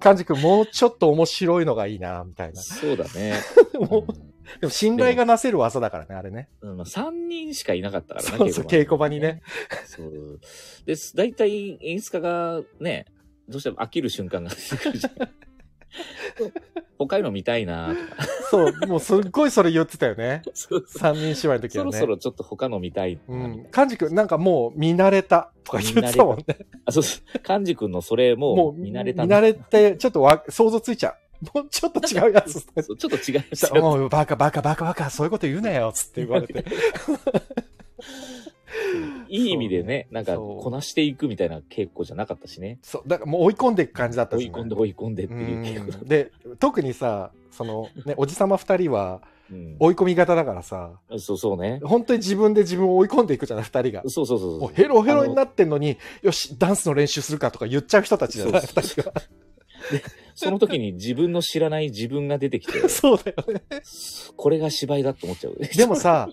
寛治君もうちょっと面白いのがいいなみたいなそうだね、もうでも信頼がなせる技だからねあれねうんまあ、3人しかいなかったからねそうそう稽古場にねそうです大体演出家がねどうしても飽きる瞬間が出てくるじゃん [LAUGHS] 他の見たいなとかそうもうすっごいそれ言ってたよねそうそう三人芝居の時そはねろそろちょっと他の見たいなうみたいん寛治君なんかもう見慣れたとか言ってたもんねなあそうそう幹事君のそれももう見慣れた見慣れて、ちょっとわ想像ついちゃう。もうちょっと違うやつ。そうちょっと違いまそししたたらもうバカバカバカバカ、そういうこと言うなよ、つって言われて。いい意味でね、なんかそうこなしていくみたいな稽古じゃなかったしね。そう、だからもう追い込んでいく感じだった追しい込んで追い込んでっていう稽古だうんで、特にさ、その、ね、おじさま二人はうん追い込み型だからさ、そうそうね。本当に自分で自分を追い込んでいくじゃない、二人が。そうそうそうそもうう。ヘロヘロになってんのに、よし、ダンスの練習するかとか言っちゃう人たちじゃない、そうそう二人が。、その時に自分の知らない自分が出てきて [LAUGHS] そうだよね。これが芝居だと思っちゃう。でもさ、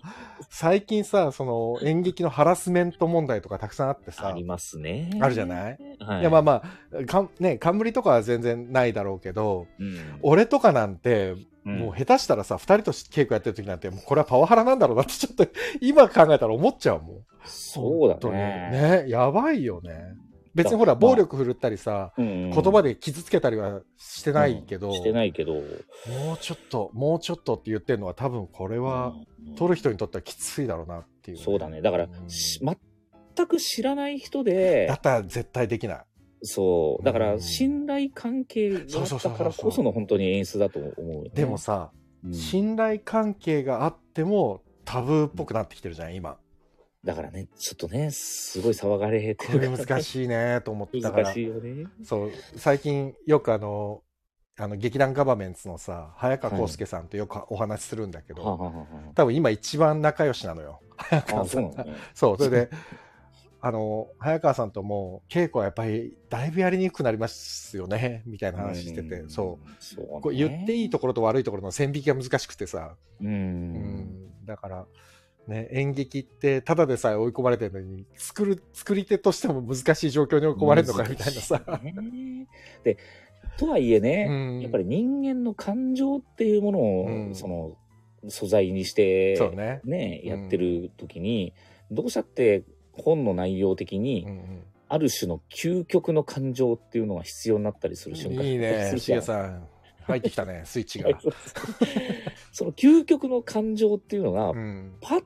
最近さ、その演劇のハラスメント問題とかたくさんあって [LAUGHS] あさり、ますね。あるじゃい。ないはい、いやまあまあかん、ね、冠とかは全然ないだろうけどうん俺とかなんて、うんもう下手したらさ2人と稽古やってる時なんてもうこれはパワハラなんだろうなってちょっと [LAUGHS] 今考えたら思っちゃうもんそうだ本ね。当にねやばいよね別にほらだまあ暴力振るったりさ、言言葉で傷つけたりはしてないけど、してないけど。もうちょっともうちょっとって言ってるのは多分これは、うん撮る人にとってはきついだろうなっていう、そうだね。だから、うんし全く知らない人だでっ、たら絶対できないそう。だかうら、ん信頼関係があったかそうらそうそうこそそうの本当に演出だと思うよね。でもさ、うん信頼関係があってもタブーっぽくなってきてるじゃん今だからね、ちょっとね、すごい騒がれてこれる難しい [LAUGHS] ねと思ってだか難らしいよね。そう最近よくあのあの劇団ガバメンツのさ早川康介さんとよくお話しするんだけど、はあ、はあは多分今一番仲良しなのよ早あ、あ川そさうんなんがだね。そうそれ [LAUGHS] であの早川さんとも稽古はやっぱりだいぶやりにくくなりますよねみたいな話してて、うんそうそうね、こう言っていいところと悪いところの線引きが難しくてさうん。うんだから、ね、演劇ってただでさえ追い込まれてるのに作る作り手としても難しい状況に追い込まれるのかみたいなさ、難しいね。で、とはいえね、うんやっぱり人間の感情っていうものを、うんその、素材にして、そうね、ね、うんやってる時に、どうしたって本の内容的に、うんある種の究極の感情っていうのが必要になったりすうん、る瞬間いい [LAUGHS] ねするシじゃゲんさん入ってきたねスイッチ [LAUGHS] はいが、そうそうその究極の感情っていうのがうん、パッ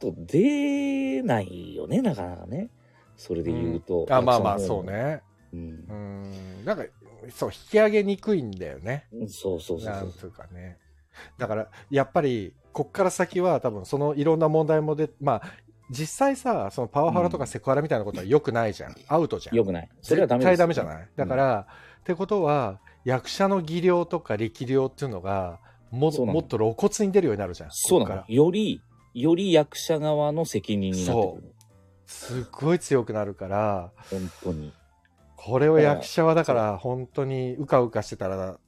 と出ないよね、なかなかねそれで言うと、あまあまあそそのうねうんうんなんかそう引き上げにくいんだよねうんそうそうそうなそんう。つうかねだからやっぱりこっから先は多分そのいろんな問題も出まあ実際さそのパワハラとかセクハラみたいなことは良くないじゃん、アウトじゃんよくない。それはダメです。絶対ダメじゃないだから、ってことは役者の技量とか力量っていうのがもそうなものっと露骨に出るようになるじゃんそうこなっのか。らより、より役者側の責任になってくる。すっごい強くなるから本当に。これを役者はだから本当にうかうかしてたら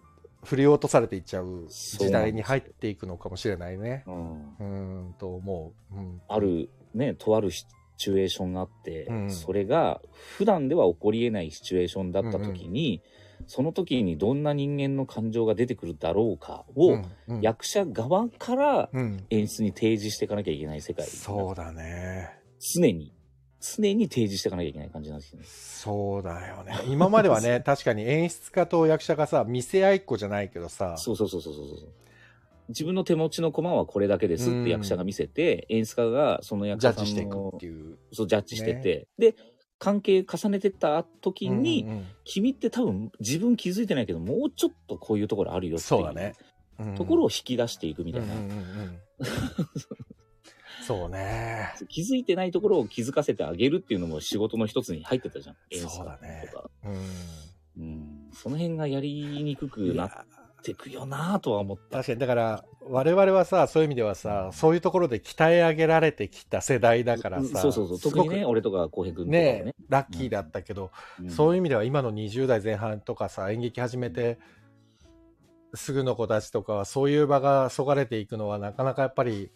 振り落とされていっちゃう時代に入っていくのかもしれないねうんうーんと思う、うん、ある、ね、とあるシチュエーションがあって、うんそれが普段では起こりえないシチュエーションだった時に、その時にどんな人間の感情が出てくるだろうかを、うん役者側からうん演出に提示していかなきゃいけない世界。そうだね常に、常に提示していかなきゃいけない感じなんですよね。そうだよね今まではね確かに演出家と役者がさ見せ合いっ子じゃないけどさそうそうそうそうそうそう。自分の手持ちの駒はこれだけですっうんて役者が見せて、演出家がその役ジ者ャさッんのジしていくっていうそう、ジャッジしてて。で、関係重ねてった時に、うんうんうん君って多分自分気づいてないけど、もうちょっとこういうところあるよっていそううだね、うんところを引き出していくみたいな。うんうんうんうんそうね気づいてないところを気づかせてあげるっていうのも仕事の一つに入ってたじゃん。そうだね演出とかうんうん。その辺がやりにくくなってくよなぁとは思った。確かにだから我々はさそういう意味ではさそういうところで鍛え上げられてきた世代だからうんさそうそうそう。す特ごにくね、俺とか浩平君とかもねね。ラッキーだったけど、うんそういう意味では今の20代前半とかさ演劇始めてすぐの子たちとかはそういう場がそがれていくのはなかなかやっぱり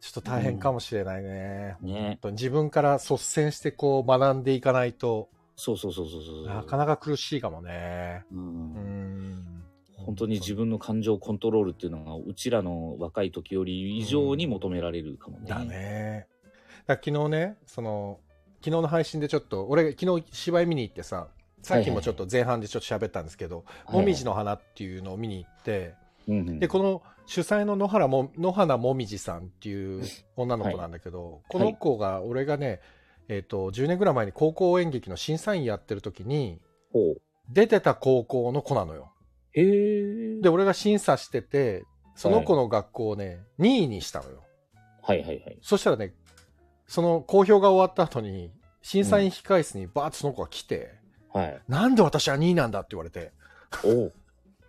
ちょっと大変かもしれないね。ね。と自分から率先してこう学んでいかないとそうそうそうそうそう。なかなか苦しいかもね。ううんん本当に自分の感情コントロールっていうのが、うちらの若い時より以上に求められるかもね。だ。ね。だから昨日ね、その、昨日の配信でちょっと、俺、昨日芝居見に行ってさ、さっきもちょっと前半でちょっと喋ったんですけど、もみじの。の花っていうのを見に行って、うんうんで、この主催の野原も、野花もみじさんっていう女の子なんだけど、この子が、俺がね、えっ、と、10年ぐらい前に高校演劇の審査員やってる時に、ほう。出てた高校の子なのよ。へえ。で、俺が審査してて、その子の学校をね、2位にしたのよ。はいはいはい。そしたらね、その公表が終わった後に、審査員控室にバーッとその子が来て、はい。なんで私は2位なんだって言われて、おう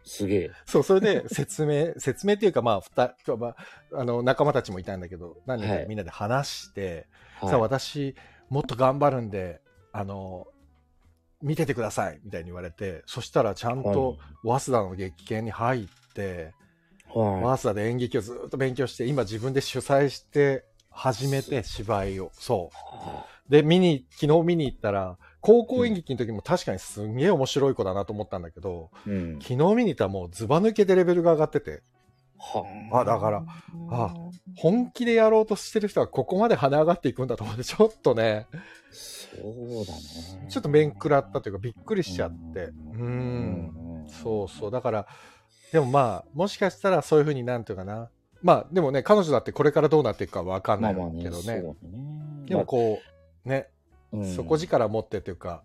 すげえ。そう、それ [LAUGHS] で説明、説明っていうか、まあ、ふた、まあ、あの、仲間たちもいたんだけど、何人かはいみんなで話して、はいさあ、私、もっと頑張るんで、あの、見ててください、みたいに言われて、そしたらちゃんと、早稲田の劇研に入って、は早稲田で演劇をずっと勉強して、今自分で主催して、始めて芝居を、そう。で、見に、昨日見に行ったら、高校演劇の時も確かにすんげえ面白い子だなと思ったんだけど、い。うん。昨日見に行ったらもうズバ抜けてレベルが上がってて、はあ、だから、あ、本気でやろうとしてる人はここまで跳ね上がっていくんだと思って、ちょっとね、そうだね。ちょっと面食らったというかびっくりしちゃって、う、うんん。そうそう、だから、でもまあ、もしかしたらそういうふうになんていうかな、まあ、でもね、彼女だってこれからどうなっていくかわかんまなあいまあね。けどそうだね、ね。でもこう、ね、まあうん底力持ってというか、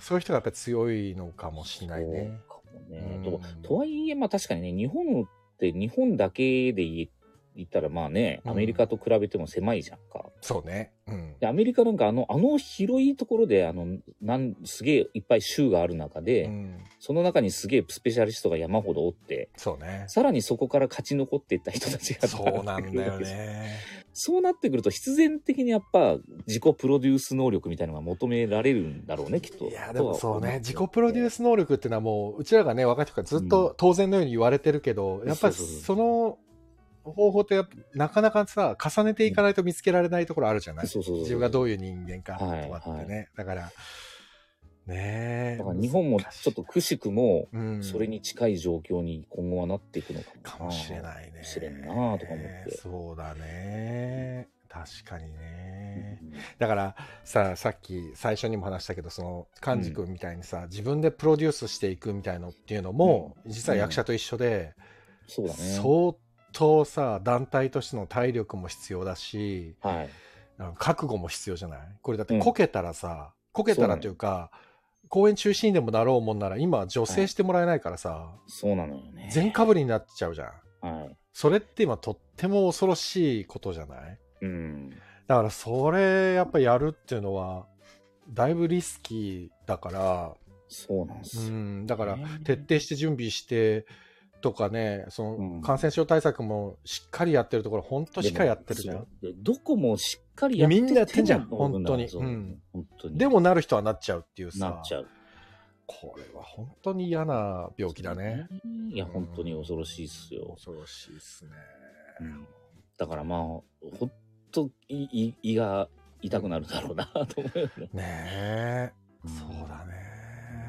そういう人がやっぱり強いのかもしれないね。そうかもうねんととはいえ、まあ確かにね、日本って日本だけで言言ったらまあね、アメリカと比べても狭いじゃんか。そうね。うん。で、アメリカなんかあの、あの広いところで、あの、なん、すげえいっぱい州がある中で、うん、その中にすげえスペシャリストが山ほどおって、そうね。さらにそこから勝ち残っていった人たちが。そうなんだよね。 [LAUGHS] そうなってくると必然的にやっぱ自己プロデュース能力みたいなのが求められるんだろうね、きっと。いや、でもそうね。自己プロデュース。ス能力ってのはもう、うちらがね、若い時からずっと当然のように言われてるけど、んやっぱりそうそうそうその方法ってやっぱなかなかさ、重ねていかないと見つけられないところあるじゃない、そうそうそう。自分がどういう人間かとかってね。はいはだから、ねえ。だから日本もちょっとくしくも、うん、それに近い状況に今後はなっていくのかもかもしれないね。かもしれんなとか思ってそうだね。確かにね。うんだからささっき最初にも話したけどその寛治君みたいにさ、自分でプロデュースしていくみたいのっていうのも、実は役者と一緒で、そうだね。相当さ団体としての体力も必要だしはい。あの覚悟も必要じゃないこれだっうてんこけたらさ、こけたらというか公演中止にでもなろうもんなら今助成してもらえないからさ、そうなのよね。全かぶりになっちゃうじゃんはい。それって今とっても恐ろしいことじゃないうん。だからそれやっぱやるっていうのはだいぶリスキーだからそうなんですうよ。んだからね徹底して準備してとかねそうんの感染症対策もしっかりやってるところほんとしっかりやってるじゃんでもそうでどこもしっかりやってみんなやってんじゃん手の部分だ本当からにうんそう本当に。で、もなる人はなっちゃうっていうなさっちゃう。これは本当に嫌な病気だね。いや、本当に恐ろしいっすよ。恐ろしいですねだからまあ、ほっといい胃が痛くなるだろうなと思うよね。ねえ、うんそうだね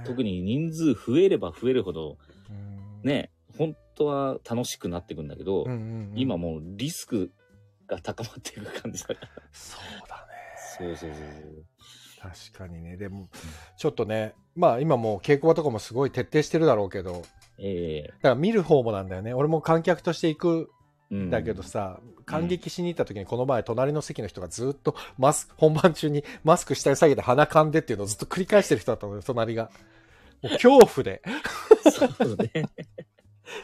特に人数増えれば増えるほど、うんね、本当は楽しくなってくんだけど、うんうんうん今もうリスクが高まっていく感じだから。そうだねそうそうそう確かにねでもちょっとねまあ今もう稽古場とかもすごい徹底してるだろうけどだかええら見る方もなんだよね俺も観客として行うくんんだけどさ、感激しに行った時にこの前隣の席の人がずっと [LAUGHS] マスク本番中にマスク下に下げて鼻かんでっていうのをずっと繰り返してる人だったのよ隣がもう恐怖で [LAUGHS] そうね。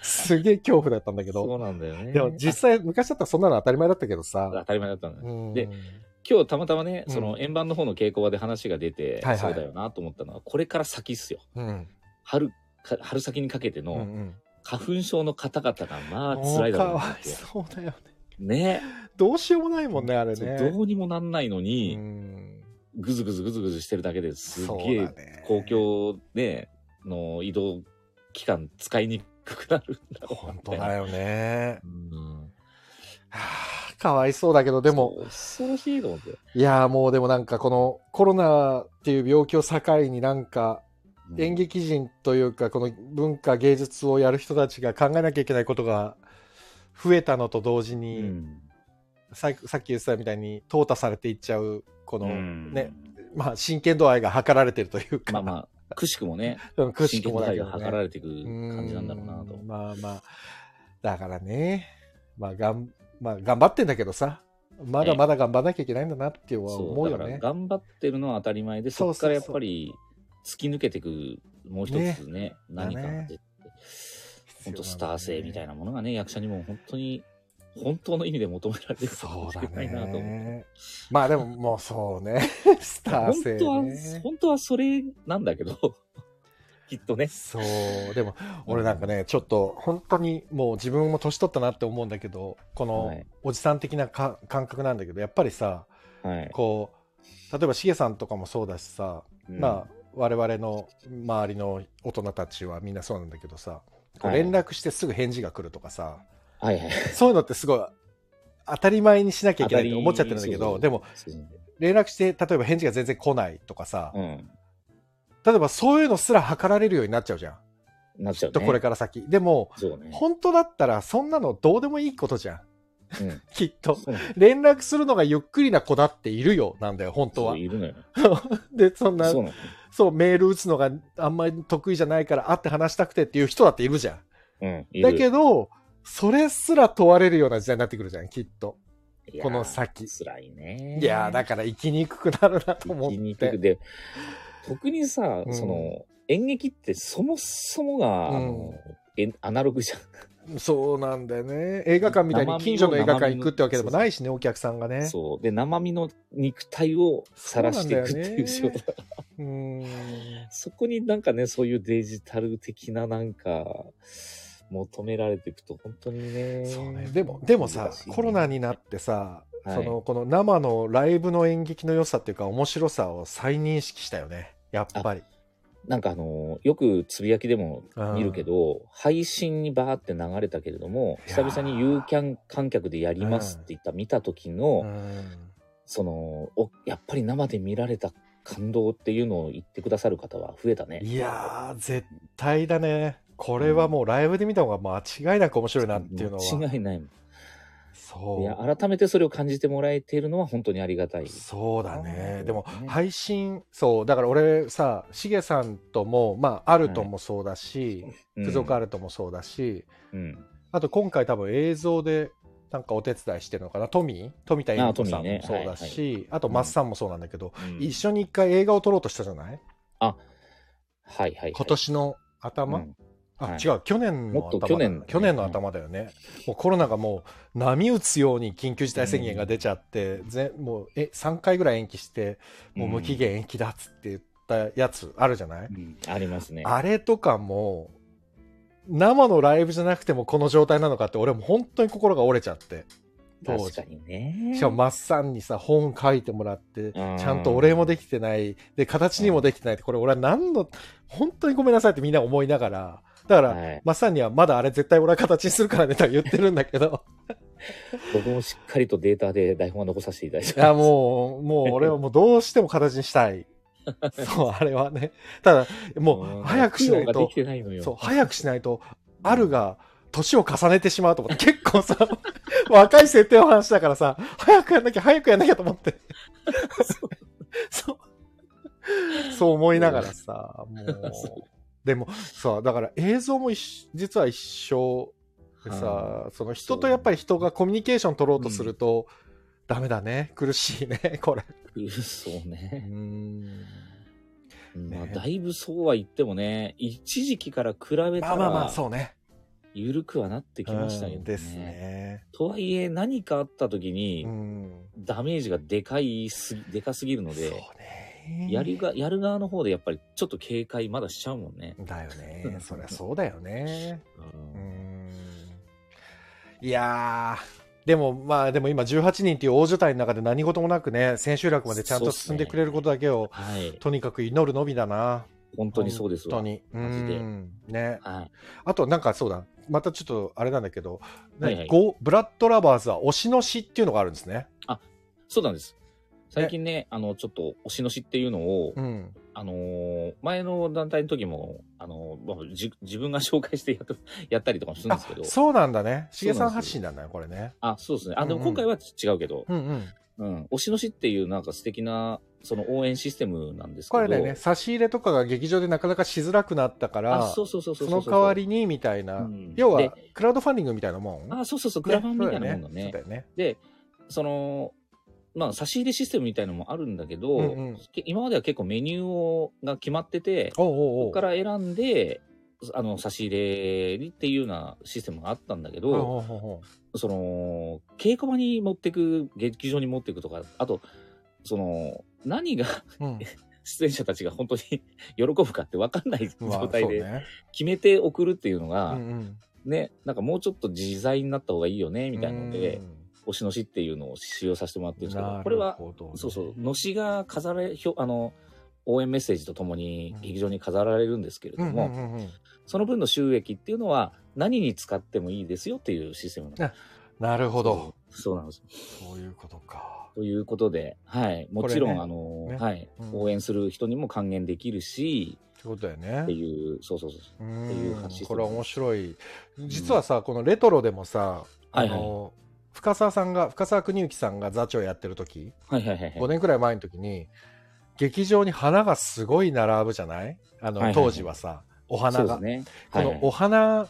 すげえ恐怖だったんだけそどうなんだよね。でも実際昔だったらそんなの当たり前だったけどあさ当たり前だったんだ、うんで今日たまたまね、うんその円盤の方の稽古場で話が出て、はいはいそうだよなと思ったのは、これから先っすよ。うん春か、春先にかけてうんうのん花粉症の方々がまあもう辛いだかろうなわっいて。そうだよねねどうしようもないもんねあれそうねどうにもなんないのうに、んぐずぐずぐずぐずしてるだけですっげそうえだね公共での移動期間使いにくくなるんだろうな本み当たいなだよね。うんはあかわいそうだけど、でも、そう恐ろしいと思って。いやーもうでもなんかこのコロナっていう病気を境になんか演劇人というかこの文化芸術をやる人たちが考えなきゃいけないことが増えたのと同時うに、んささっき言ってたみたいに淘汰されていっちゃうこの、うんねまあ真剣度合いが図られてるというか、まあまあ、くしくもね、 [LAUGHS] うんくしくもだ真け剣ど度合ねいが図られていく感じなんだろうなうとーん。まあまあだからねまあがん、まあ、頑張ってんだけどさまだまだ頑張らなきゃいけないんだなっては思そうう、よだからね頑張ってるのは当たり前で、そそうこそうそかうらやっぱり突き抜けていく、もう一つね、何かが出て、本当スター性みたいなものがね、役者にも本当に、本当の意味で求められてるかそもうしだれないなと思って。ねまあでももうそうね [LAUGHS] スター性本当は、ね本当はそれなんだけど、 [LAUGHS] きっとね。そうでも俺なんかねちょっと本当にもう自分も年取ったなって思うんだけどこはのいおじさん的なか感覚なんだけどやっぱりさはい。こう例えばしげさんとかもそうだしさまあ我々の周りの大人たちはみんなそうなんだけどさこうはい連絡してすぐ返事が来るとかさ、あ、はいはい。そういうのってすごい当たり前にしなきゃいけないと思っちゃってるんだけ当たりどでも、連絡して例えば返事が全然来ないとかさ、うん。例えばそういうのすら測られるようになっちゃうじゃん、なっちゃう、ね。とこれから先でもそうね。本当だったらそんなのどうでもいいことじゃんうん。きっとそうなの連絡するのがゆっくりな子だっているよなんだよ本当そはういるのよ。でそんなそうなの。そう、メール打つのがあんまり得意じゃないから、会って話したくてっていう人だっているじゃうん。いん。るだけど、それすら問われるような時代になってくるじゃん、きっと。いやーこの先辛いね。いやー、だから生きにくくなるなと思生っきにくくて。で、特にさ、うんその、演劇ってそもそもが、あのえアナログじゃん。そうなんだよね。映画館みたいに近所の映画館行くってわけでもないしね、お客さんがね。そう。で、生身の肉体を晒していくっていう仕そうなんだよね事だからうーん。 [LAUGHS] そこになんかね、そういうデジタル的ななんか、求められていくと本当にね。そうね。でも、でもさ、コロナに、になってさ、はいその、この生のライブの演劇の良さっていうか、面白さを再認識したよね。やっぱり。なんかあの、よくつぶやきでも見るけど、配信にバーって流れたけれども、いや久ー々に有キャン観客でやりますって言った、見た時の、うん。そのおやっぱり生で見られた感動っていうのを言ってくださる方は増えたね。いやー、絶対だね。これはもうライブで見た方が間違いなく面白いなっていうのは。間違いないもん。いやそ。。改めてそれを感じてもらえているのは本当にありがたいうそうだね。でもね配信、そう、だから俺さ、しげさんとも、まあ、アルトもそうだし、うん付属アルトもそうだし、うん。あと今回多分映像で、なんかお手伝いしてるのかな、トミー富田恵美子さんもそうだあトミし、あとマスさんもそうなんだけど、うん一緒に一回映画を撮ろうとしたじゃないはいはい、はい。今年の頭、うんあ、はい違う去年のもっ頭とだ去年だね去年の頭だよね、もうコロナがもう波打つように緊急事態宣言が出ちゃって、ぜもうえ3回ぐらい延期してもう無期限延期だっつって言ったやつあるじゃない、うんありますね。あれとかも生のライブじゃなくてもこの状態なのかって俺も本当に心が折れちゃって当時確かにね。しかもマッサンにさ本書いてもらってちんゃんとお礼もできてないで形にもできてないってこれ俺は何の本当にごめんなさいってみんな思いながらだから、はい、マッサンにはまだあれ絶対俺は形にするからねとは言ってるんだけど僕もしっかりとデータで台本は残させていただいて [LAUGHS] いやもうもう俺はもうどうしても形にした [LAUGHS] いそうあれはねただもう早くしないがでときてないのよ。そう、早くしないと、あるが、年を重ねてしまうと思って、 [LAUGHS] 結構さ、若い設定の話だからさ、早くやんなきゃ、早くやんなきゃと思 [LAUGHS] って。そう。そう思いながらさ、も [LAUGHS] う。でも、さ、だから映像も一緒実は一緒でさ、その人とやっぱり人がコミュニケーション取ろうとすると、ダメだね。苦しいね、 [LAUGHS] これ。そううね。ん。まあ、ねだいぶそうは言ってもね、一時期から比べたら、まあまあまあ、そうね。緩くはなってきましたけどね。うんですね。とはいえ、何かあった時に、うん。ダメージがでかいすぎ、でかすぎるので、そうね。やるが、やる側の方でやっぱりちょっと警戒まだしちゃうもんね。だよ [LAUGHS] ね。そりゃそうだよね。ううーんん。いやー、でもまあ、でも今18人っていう大所帯の中で何事もなくね、千秋楽までちゃんと進んでくれることだけを、はい。とにかく祈るのみだな。本当にそうですわ。本当に。うマジでん。ね。はい。あとなんかそうだ、またちょっとあれなんだけど、はいはいゴブラッドラバーズは推しの詩っていうのがあるんですね。そうなんです。最近ね、あの、ちょっと、推しのしっていうのを、うん。あのー前の団体の時も、あのーまあじ自分が紹介してやったやったりと [LAUGHS] かもするんあですけど、そうなんだね。しげさんそうなんです発信なんだね、これね。あそうですね。あ、でうんもうん今回は違うけど、うんうん。うん、推しのしっていうなんか素敵な、その応援システムなんですけこど。れだよね、差し入れとかが劇場でなかなかしづらくなったから、あ、そうそうそうそそうううの代わりにみたいな、うん要はでクラウドファンディングみたいなもんあ、そうそうそう、クラファンみたいなもんねそだねうだ。よねで、その、まあ、差し入れシステムみたいなのもあるんだけど、うんうんけ今までは結構メニューをが決まってて、おうおうおここうから選んで、あの、差し入れにっていうようなシステムがあったんだけおうど、おうおうおうその、稽古場に持ってく、劇場に持ってくとか、あと、その、何が [LAUGHS] [LAUGHS] うん出演者たちが本当に喜ぶかって分かんないまあ状態そうでね決めて送るっていうのうが、んうんね、なんかもうちょっと自在になった方がいいよね、みたいなのでう、ん推しのしっていうのを使用させてもらってるんですけなどる、これは、ほどねそうそう、のしが飾られ、ひょあの、応援メッセージとともにうん劇場に飾られるんですけれどうんうも、んうんうんその分の収益っていうのは何に使ってもいいですよっていうシステムなんです。なるほどそうなんです。そういうことかということで、はい。もちろこれん、ねあの、ねはい、うん応援する人にも還元できるし、ってことだよってねいう、そうそうそう。うっていうん話これは面白い実はさこのレトロでもさあはいはいの深澤さんが深澤邦之さんが座長やってる時はいはいはい5はい。年くらい前の時に劇場に花がすごい並ぶじゃないあはいはいはのい当時はさ、おそ花うでが、すね。こはいはのいお花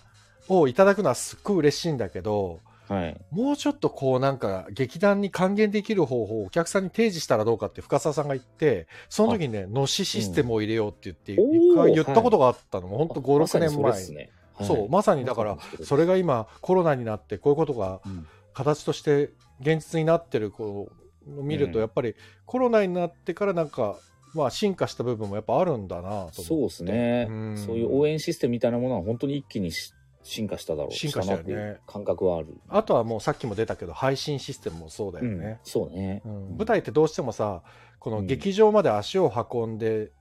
をいただくのはすっごい嬉しいんだけどはい。もうちょっとこうなんか劇団に還元できる方法をお客さんに提示したらどうかって深澤さんが言ってその時にねのしシステムを入れようって言ってうん一回お言ーったことがあったのも本当ま56さ年にそれっ前すねはいそうまさにだからそれが今コロナになってこういうことがうん形として現実になってるこうを見るとうんやっぱりコロナになってからなんかまあ進化した部分もやっぱあるんだなと思ってそうですね、うんそういう応援システムみたいなものは本当に一気にし進化しただろう進化したよねなっていう感覚はあるあとはもうさっきも出たけど配信システムもそうだよね、うん、そうね、うんうん舞台ってどうしてもさこの劇場まで足を運んで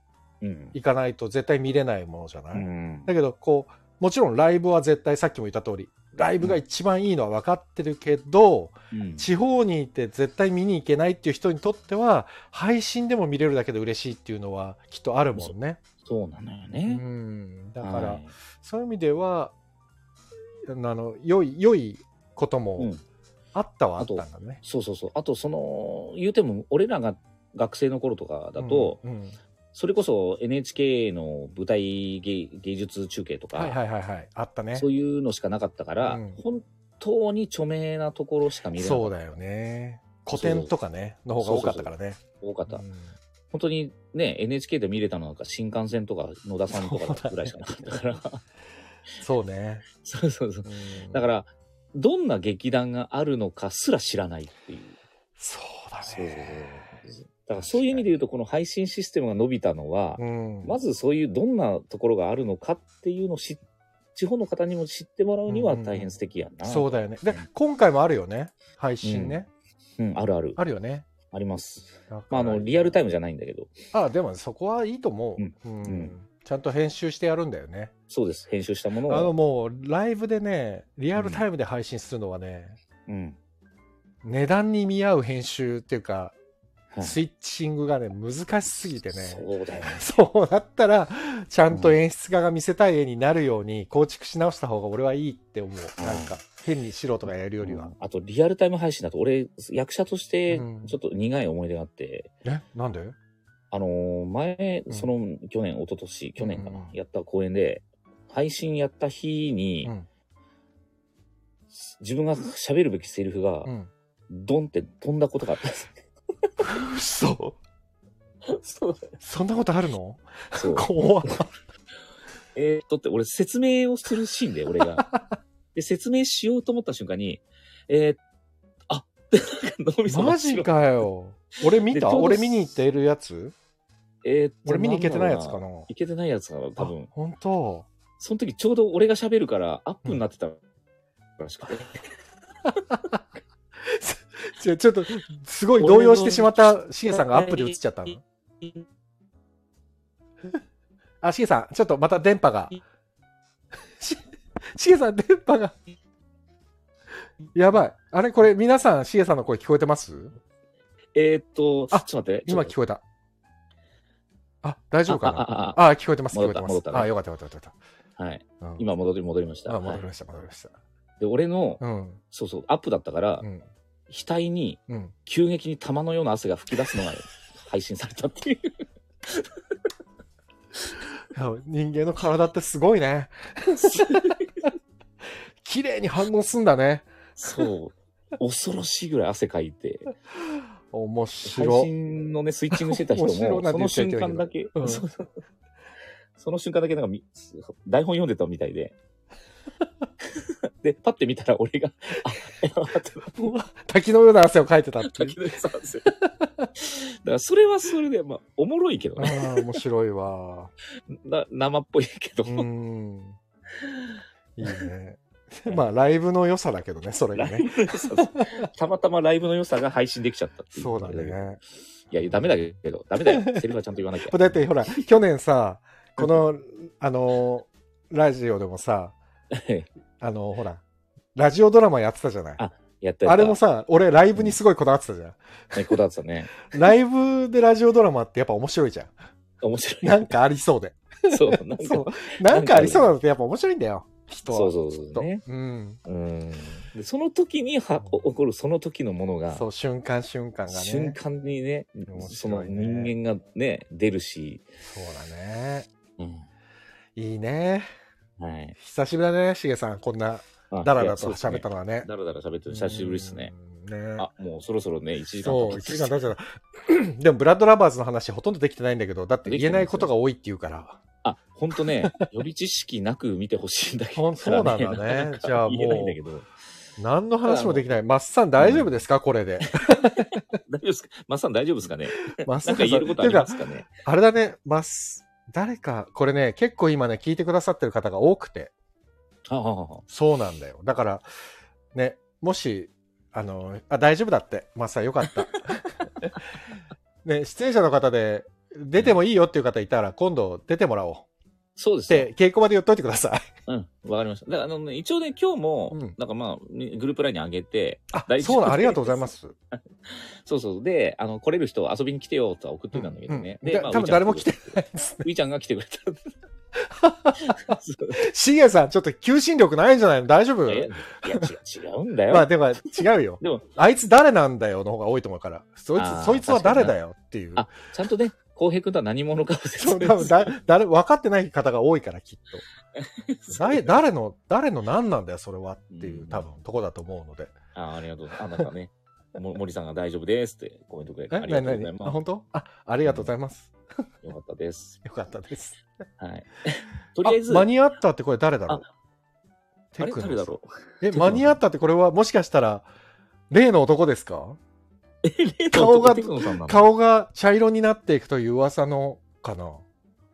うんいかないと絶対見れないものじゃない、うんだけどこうもちろんライブは絶対さっきも言った通りライブが一番いいのは分かってるけど、うん地方にいて絶対見に行けないっていう人にとっては配信でも見れるだけで嬉しいっていうのはきっとあるもんね。そうなのようね、ん、だから、はいそういう意味ではあの良い良いことうもん、あったはあったんだね。そうそうそうあとその言うても俺らが学生の頃とかだと、うんうんそれこそ NHK の舞台芸芸術中継とか、はいはいはいはいあったね。そういうのしかなかったから、うん本当に著名なところしか見れなそうかっだよね。古典とかねの方が多かったからね。た多かった、うん本当にね、NHK で見れたのなんか新幹線とか野田さんとかぐらいしかなかったから。そうね。 [LAUGHS] そうそうそう。うんだから、どんな劇団があるのかすら知らないっていう。そうだそうね。だからそういう意味で言うと、この配信システムが伸びたのは、うん。まずそういうどんなところがあるのかっていうのを知っ地方の方にも知ってもらうには大変素敵やな。そうだよね。で、今回もあるよね。配信ね。うん、あるある。あるよね。あります。だからまあ、あの、リアルタイムじゃないんだけど、あ、でもそこはいいと思う。うんうんうんちゃんと編集してやるんだよね。そうです。編集したものあのを。もう、ライブでね、リアルタイムで配信するのはね、うん。値段に見合う編集っていうか、はいスイッチングがね、難しすぎてね。そうだよね。 [LAUGHS] そうなったら、ちゃんと演出家が見せたい絵になるように構築し直した方が俺はいいって思う。なんか、変に素人がやるよりうはん。あと、リアルタイム配信だと、俺、役者としてうん、ちょっと苦い思い出があって、えなんであのー前う、んその、去年、一昨年去年かうんなう、んやった公演で、配信やった日にう、ん。自分が喋るべきセリフがう、ん。ドンって飛んだことがあったんです。嘘そうだよ。 [LAUGHS] そんなことあるのそう。 [LAUGHS] 怖っえーっとって、俺説明をするシー [LAUGHS] ンで、俺が。で、説明しようと思った瞬間に、えー、あ [LAUGHS] って、なんか脳みそ真っ白マジかよ。俺見でちょたうど俺見に行っているやつえーっと俺見に行けてないやつかんだなろう行けてないやつかな、多分あ。本当その時ちょうど俺が喋るからアップになってたらしくて。ちょちょっと、すごい動揺してしまったしげさんがアップで映っちゃったのあ、しげさん、ちょっとまた電波が。 [LAUGHS] ししげさん、電波が。やばい。あれこれ、皆さん、しげさんの声聞こえてますえーっと、あちょっと待って。今ち聞ょこっえた。あ、大丈夫かなあああ聞こえてます、聞こえてます。戻った戻ったねあ、よかった、よかった、よかっとはい。た。うん、今戻り、戻りました。あ、戻りはました、戻りました。いで、俺の、うん、そうそう、アップだったからう、ん、額にうん。急激に玉のような汗が噴き出す [LAUGHS] のが配信されたっていう。いや人間の体ってすごいね。 [LAUGHS] 綺麗に反応すんだね。そう。恐ろしいぐらい汗かいて、面配白い。信のね、スイッチングしてた人も、面白いなんてその言っちゃい瞬けない間けどだけ、うんそうそうその瞬間だけなんかみ、台本読んでたみたいで、で、パッて見たら俺が、あ、やばかった滝のような汗をかいてたっていう滝。野さんですよ。だからそれはそれで、まあ、おもろいけどあね。あ、面白いわ。な生っぽいけどう。ん。いい [LAUGHS] ね。まあ、ライブの良さだけどね、それがライね。ブの良さたまたまライブの良さが配信できちゃったっていそうだね。いやいや、ダメだけど、ダメだよ。セリフはちゃんと [LAUGHS] 言わなきゃ。だって、ほら、去年さ、この、あの、ラジオでもさ、あの、ほら、ラジオドラマやってたじゃない。あやったやった。あれもさ、俺、ライブにすごいこだわってたじゃん。ね、こだわってたね。ライブでラジオドラマってやっぱ面白いじゃん。 [LAUGHS] 面白い。なんかありそうで。そう、なんか。そう。 [LAUGHS] なんかありそうなのってやっぱ面白いんだよ。人は。そうそうそうきっとね。うん。うん。でその時にはお起こるその時のものが、そう、瞬間瞬間がね。瞬間にね、面その白いね人間がね、出るし、そうだね。うん。いいね。はい。久しぶりだね、しげさん。こんな、あだらいやだそうとですね喋ったのはね。だらだら喋ってる久しぶりですね。うん。ねあ、もうそろそろね、1時間そう、経1って時間経っちゃった。 [CLEARS THROAT] でも、ブラッドラバーズの話ほとんどできてないんだけど、だって言えないことが多いっていうから。あ、ほんとね、 [LAUGHS] 予備知識なく見てほしいんだけど、ほんそうなんだねからかじゃあもう言え [LAUGHS] ないんだけど。大丈何の話もできない。マッサン大丈夫ですかこれで。夫ですかマッサン大丈夫ですかねマッサなンんか言えることありてかますかねあれだね、マス、誰か、これね、結構今ね、聞いてくださってる方が多くて、あああそうなんだよ。だから、ね、もし、あの、あ、大丈夫だって、マスさんよかった。 [LAUGHS] ね、出演者の方で、出てもいいよっていう方いたら、今度出てもらおそうでう。っすね。て、稽古場で言っといてください。うん、わかりました。だから、あのね、一応ね、今日も、うんなんかまあ、グループラインに上げて、あ大、丈夫そうだ、ありがとうござい [LAUGHS] ます。そうそう、で、あの、来れる人遊びに来てよとは送っといたんだけどね。うんうんで、だ多分誰も来てウないですね。ィちゃんが来てくれた。そうしげさん、ちょっと求心力ないんじゃないの大丈夫いや、いや違う違うんだよ。まあ、でも違うよ。 [LAUGHS] でもあいつ誰なんだよの方が多いと思うから、そいあーつ、そいつは誰だよっていう。あちゃんとね、浩平君とは何者かを説そう多分だ誰分かってない方が多いからきっとだい誰の誰の何なんだよそれはっていううん多分とこだと思うのであありがとう。あ、なんかね、も森さんが大丈夫ですってコメントくれてありがなとなうございにあま本当あありがとうございます、す。よかったです。よかったですはい。 [LAUGHS] とりあえず、間に合ったってこれ誰だろうあれ誰だろうえクノさ間んに合ったってこれはもしかしたら例の男ですかうえ顔 [LAUGHS] がテクノさんなの顔が茶色になっていくという噂のかな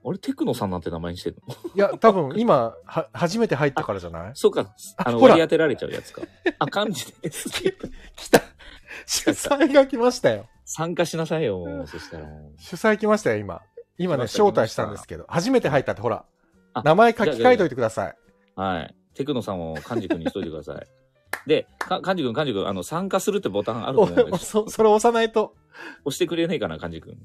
あれテクノさんなんて名前にしてるの [LAUGHS] いや多分今は初めて入ったからじゃないそうか、あの、ほら割り当てられちゃうやつか。あ、漢字 [LAUGHS] です。来た主催が来ましたよ参加しなさいよ、もうそしたらもう。主催来ましたよ今今来ねました来ま招待したしたんですけど初めて入ったってほらあ名前書き換えといてくださいはい。テクノさんを漢字君にしといてください。 [LAUGHS] で、か漢字君、漢字君、あの、参加するってボタンあるとお [LAUGHS] 思うんで、そそれ押さないと押してくれないかな、漢字君。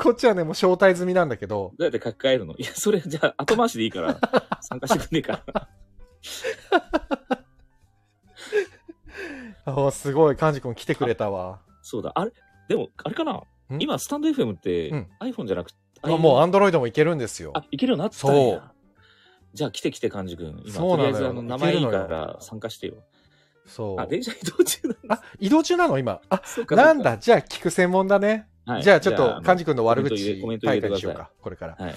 こっちはねもう招待済みなんだけどどうやって書き換えるのいや、それじゃあ後回しでいい [LAUGHS] から、参加してくんねえから。あーすごい幹事君来てくれたわそうだ、あれでも、あれかなん今、スタンド FM って、うん iPhone じゃなくて、あもう iPhone アンドロイドもいけるんですよあ、いけるようになったんそやう。じゃあ来て来て、漢字君。今、そうとなりのあえよず、あの、名前いいから参加してよ。そうあ、電車移動中なんだ。あ移動中なの今あそうかなん、だじゃあ聞く専門だね、はいじゃあちょっとじゃああ幹の事君の悪コメント口入れコメント入大れて会くにださいしようかこれからはい。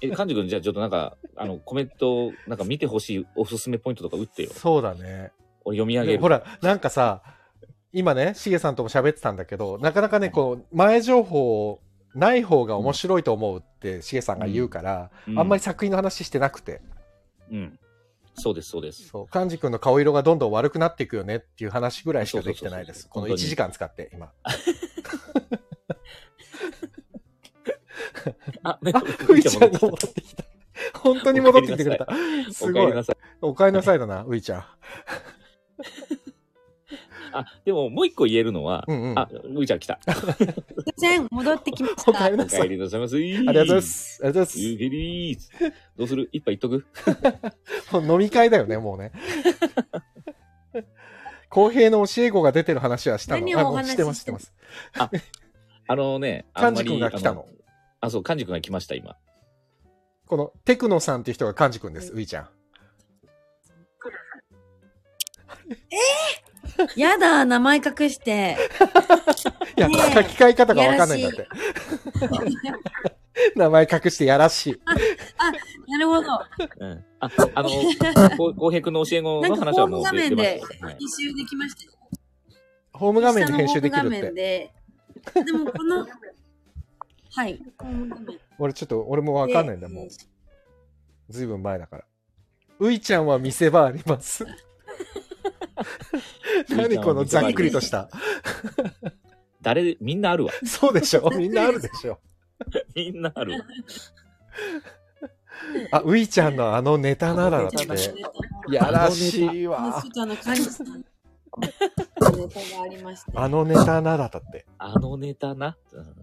え、漢字君、じゃあちょっとなんか、あの、コメント、なんか見てほしいおすすめポイントとか打ってよ。そうだね俺読み上げでる。ほらなんかさ今ねしげさんとも喋ってたんだけどなかなかねこう前情報ない方が面白いと思うってしげさんが言うから、うあんまり、作品の話してなくて、うん。そうです、そうです。そう幹事君の顔色がどんどん悪くなっていくよねっていう話ぐらいしかできてないでそすうそうこそうそうの1時間使って [LAUGHS] 今あ、ねあふいちゃんが戻ってきた本当に戻ってきてくれたすお帰ごりいなさい。おかえりなさいだな、ういちゃん。あ、でももう一個言えるのは、うんうん。あ、ういちゃん来た。突然戻ってきましおかたえり。おなさ帰い。りなさいませ。あありがとうございま。す。ありがとうございゆうげりーす。どうする一杯いっとくます。もう飲み会だよね、もうね。公平の教え子が出てる話はしたの。何あをおもう話ししてます、してます。あのね、あん幹事まり君が来たの。。ああ、そう、幹事君が来ました、今。このテクノさんっていう人が幹事君です、ういちゃん。やだ、名前隠して。いや、ねえ書き換え方がわかんないんだって。 [LAUGHS] 名前隠してやらしい。なるほど。うん。あ、あの、こ浩平君の教え子の話はもうなんかホーム画面で出ましたはい編集できましたよ。ホーム画面で編集できるっ下のホーム画面て。で。でもこの、はい。ホーム画面で俺ちょっと、俺もわかんないんだ、もう。ずいぶん前だから。ういちゃんは見せ場あります。何このざっくりとした。誰、みんなあるわ。そうでしょみんなあるでしょ [LAUGHS] [LAUGHS] みんなあるわ。あ、ういちゃんのあのネタならだっじゃあ場所てで。やらしいわちょ。っとあの、管理さんのネタがありまして。あのネタならだって。あのネタな。うん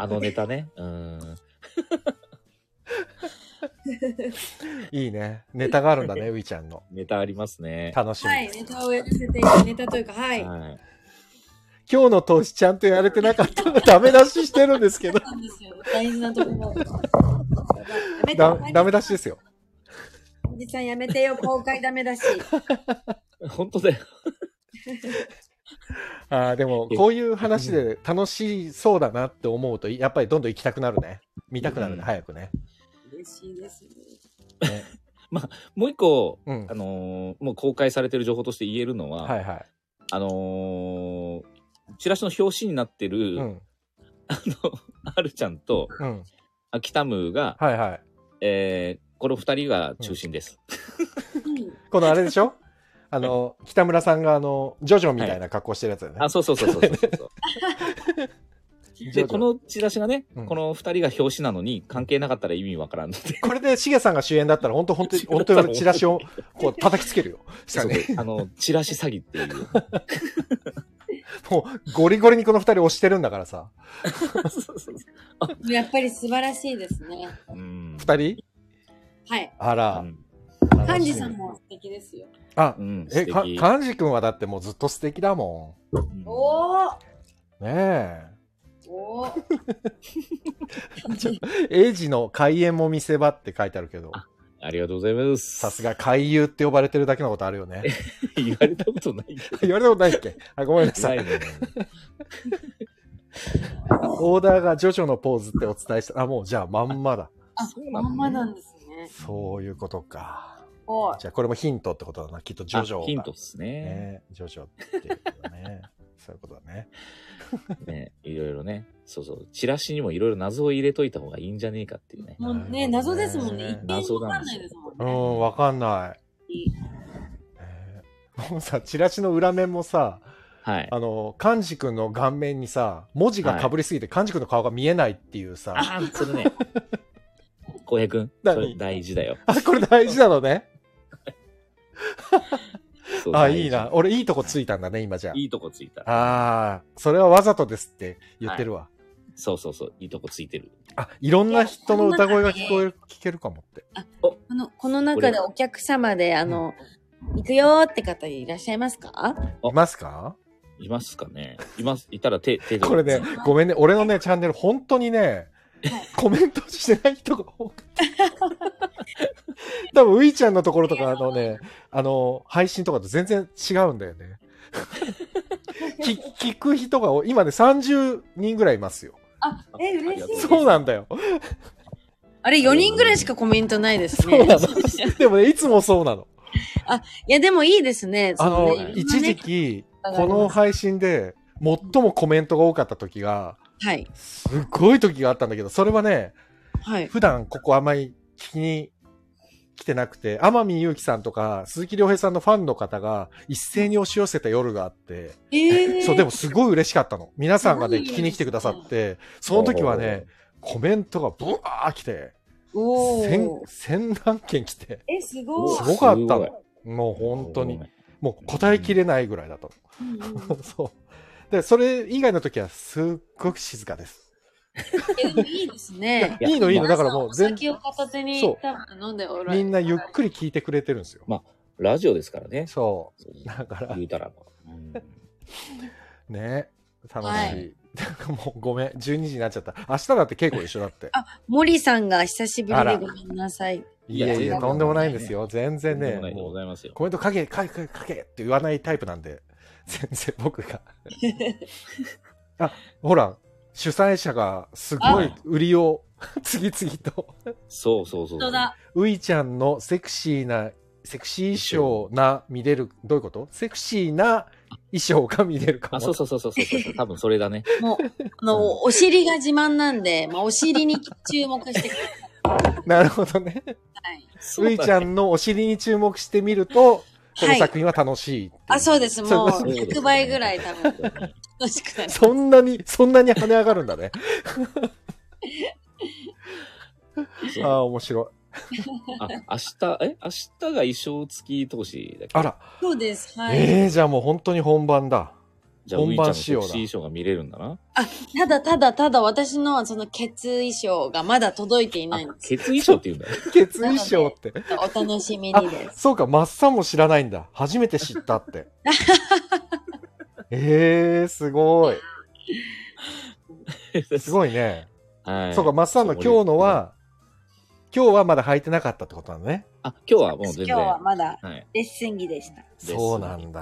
あのネタね。うん。いいね。ネタがあるんだね、ういちゃんの。ネタありますね。楽しみ。はい、ネタをやらせて、ネタというか、はい。あはい。今日の投資ちゃんとやれてなかったらダメ出ししてるんですけど。ったんですよ大事なところ。だダメ出しですよ。おじさんやめてよ、公開ダメだし。本当だよ。あーでも、こういう話で楽しそうだなって思うと、やっぱりどんどん行きたくなるね。見たくなるね、うん早くね。嬉しいです。ねもう一個、うんあ。のーもう公開されてる情報として言えるのは、はいはい。あのーチラシの表紙になってる、うん。あの、あるちゃんと、うん。あキタムが、はいはい。えーこの二人が中心です。うんこのあれでしょあの、北村さんがあの、ジョジョみたいな格好してるやつだよね。あ、そうそうそうそうそうそう。ジョジで、ョこのチラシがね、うんこの二人が表紙なのに関係なかったら意味わからんので。これでしげさんが主演だったら本当本 [LAUGHS] 当に本当にチラシをこう叩きつけるよ。したね。そうあの、チラシ詐欺っていう。もうゴリゴリにこの二人押してるんだからさ。そうそうそうやっぱり素晴らしいですね。うん。二人はい。あら。幹楽しみ事さんも素敵ですよ。あう、ん。え、素か、敵かんじくんはだってもうずっと素敵だもうんおん。ーねおーえ。エイジの開演も見せ場って書いてあるけど。あありがとうございます。さすが怪優って呼ばれてるだけのことあるよね。 [LAUGHS] 言われたことないけ [LAUGHS] ど。言われたことないっけあごめんなさ。ないいね。 [LAUGHS] オーダーがジョジョのポーズってお伝えした。あ、もうじゃあまんまだ。そうまなんまなのねんですね。そういうことか。はい。じゃあこれもヒントってことだな。きっとジョジョあが。ヒントっすね。ね。ジョジョっていうことだね。 [LAUGHS] そういうことだね。ね、いろいろね。そうそう。チラシにもいろいろ謎を入れといた方がいいんじゃねえかっていうね。もうね、謎ですもんね。一見謎わなかんでんなすいよですもんうね。ん、わかんないい。えーもうさ、チラシの裏面もさ、はい。あの、幹事君の顔面にさ、文字が被りすぎて幹事君の顔が見えないっていうさ、ああ、それね。浩平君、何それ大事だよ。 [LAUGHS] あ、これ大事なのね。そうあ、大事いいな。俺、いいとこついたんだね、今じゃいいとこついた。ああー、それはわざとですって言ってるわ。そうそうそう。いいとこついてる。あ、いろんな人の歌声が聞こえる、聞けるかもって。この、この中でお客様で、あの、行くよーって方いらっしゃいますかあいますかいますかねいます。いたら手、手で。 [LAUGHS] これね、ごめんね、俺のね、チャンネル、本当にね、コメントしてない人が多くて。 [LAUGHS] 多分、ういちゃんのところとかのね、あの、配信とかと全然違うんだよね。 [LAUGHS] き聞く人が多い、今ね、30人ぐらいいますよ。あ、え、あり嬉がとうござしいい。そうなんだよ。あれ、4人ぐらいしかコメントないですね。 [LAUGHS] でもね、いつもそうなの。いや、でもいいですね。あの、そね一時。期、ねこの配信で、最もコメントが多かった時が、はい。すごい時があったんだけど、それはね、はい。普段ここあまり聞きに来てなくて、天海祐希さんとか鈴木亮平さんのファンの方が一斉に押し寄せた夜があって、ええ。そう、でもすごい嬉しかったの。皆さんがね、すごい聞きに来てくださって、その時はね、コメントがブワー来て、お千ー、千何件来て、え、すおごー、いす。ごかったのすごいもう本当にご、めんもう答えきれないぐらいだったうんうんの。そう。で、それ以外の時はすっごく静かです。えでもいいですね。いやいいのいいの、だからもうお全酒を片手にそう多分飲んでおられみるんなゆっくり聞いてくれてるんですよ。ラジオですからね。そそうう。だから、言うたら。うんね楽しい、はいなんかもうごめん12時になっちゃった明日だって稽古一緒だって森さんが久しぶりあらでごめんなさい。いやいいややとんでもないんですよ全と然んでねもないでもごうざいますよ。コメントかけかけかけかけって言わないタイプなんで全然僕 [LAUGHS] があほら主催者がすごい売りを次々とそうそうそう。本当だ。ういちゃんのセクシーなセクシー衣装な見れるどういうことセクシーな衣装が見れるかもあ、そうそうそうそ [LAUGHS] うそう。多分それだね。もう、あの、お尻が自慢なんで、まあ、お尻に注目してくだなるほどね [LAUGHS] さい。ういちゃんのお尻に注目してみると、このはい作品は楽しいっていうあ、そうです。もう、そそうですね100倍ぐらい多分、楽しくなる。そんなに、そんなに跳ね上がるんだね。そうああ、面白あ、明日、え明日が衣装付き投資だっい。けあら、そうです。はい。ええー、じゃあもう本当に本番だ。じゃあ、ウ本イちゃん番の仕様セだクシー衣装が見れるんだな。ただただただ私のそのケツ衣装がまだ届いていあないの、で、ケツ衣装って言うんだ。ケツ衣装って。お楽しみあにで、す。そうか、マッサンも知らないんだ。初めて知ったって。ええー、すごい。 [LAUGHS] すごいね。 [LAUGHS] はい。そうか、マッサンの今日のは、今日はまだ履いてなかったってことなのね。あ、今日はもう今全日然。はまだはい。レッスン着でしでた。すそうなんだ。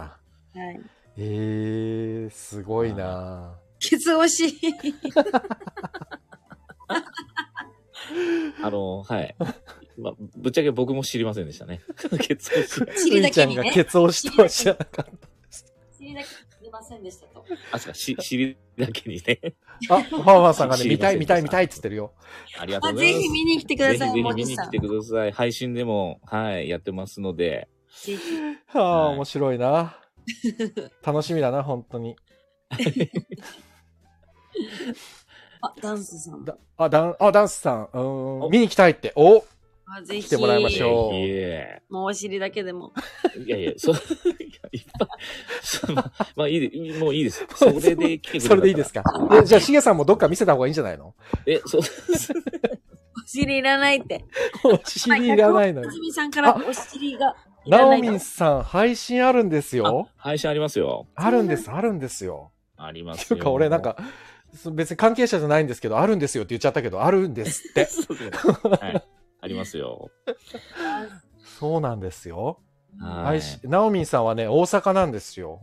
はい。ええー、すごいな。ケツ推し。あの、はい。まあ、ぶっちゃけ僕も知りませんでしたね。 [LAUGHS] ケツ推し。尻だういちけゃんにがね。ケツをしては知らなかっ尻だけすいませんでしたと。あ、そうか、し、尻だけにね。 [LAUGHS] た。 [LAUGHS] あ、ファンファンさんがね、知り見またせいん見でしたたい見たいって言ってるよ。ありがとあうごぜざいます。ひ見に来てくださぜひい、ぜひ見森にさん来て。ください。配信でも、はい、やってますので。ぜひ。はあ、はい面白い [LAUGHS] な。楽しみだな、本当に。あ、ダンスさんも。だあ、ダン、あ、ダンスさん、うーん、お見に来たいって。おあぜひ。来てもらいましょういえもうお尻だけでも。いえいやい [LAUGHS] や、そう、い [LAUGHS] やいっぱい。そう [LAUGHS] まあ、まあいいで、もういいです。それで来てくれ [LAUGHS] それでいいですかか。えじゃあ、しげさんもどっか見せた方がいいんじゃないのえ、そう、お尻いらないって。お尻いらないのはに [LAUGHS] い。みさんからお尻がいならなおいみとんさん、配信あるんですよ。配信ありますよ。あるんです、あるんですよ。ありまっすてよ。いうか、俺なんか、 [LAUGHS] そ別に関係者じゃないんですけど、あるんですよって言っちゃったけど、あるんですって。そうですね。はい。ありま [LAUGHS] すよ。そうなんですよ。ははい、ナオミンさんはね、大阪なんですよ。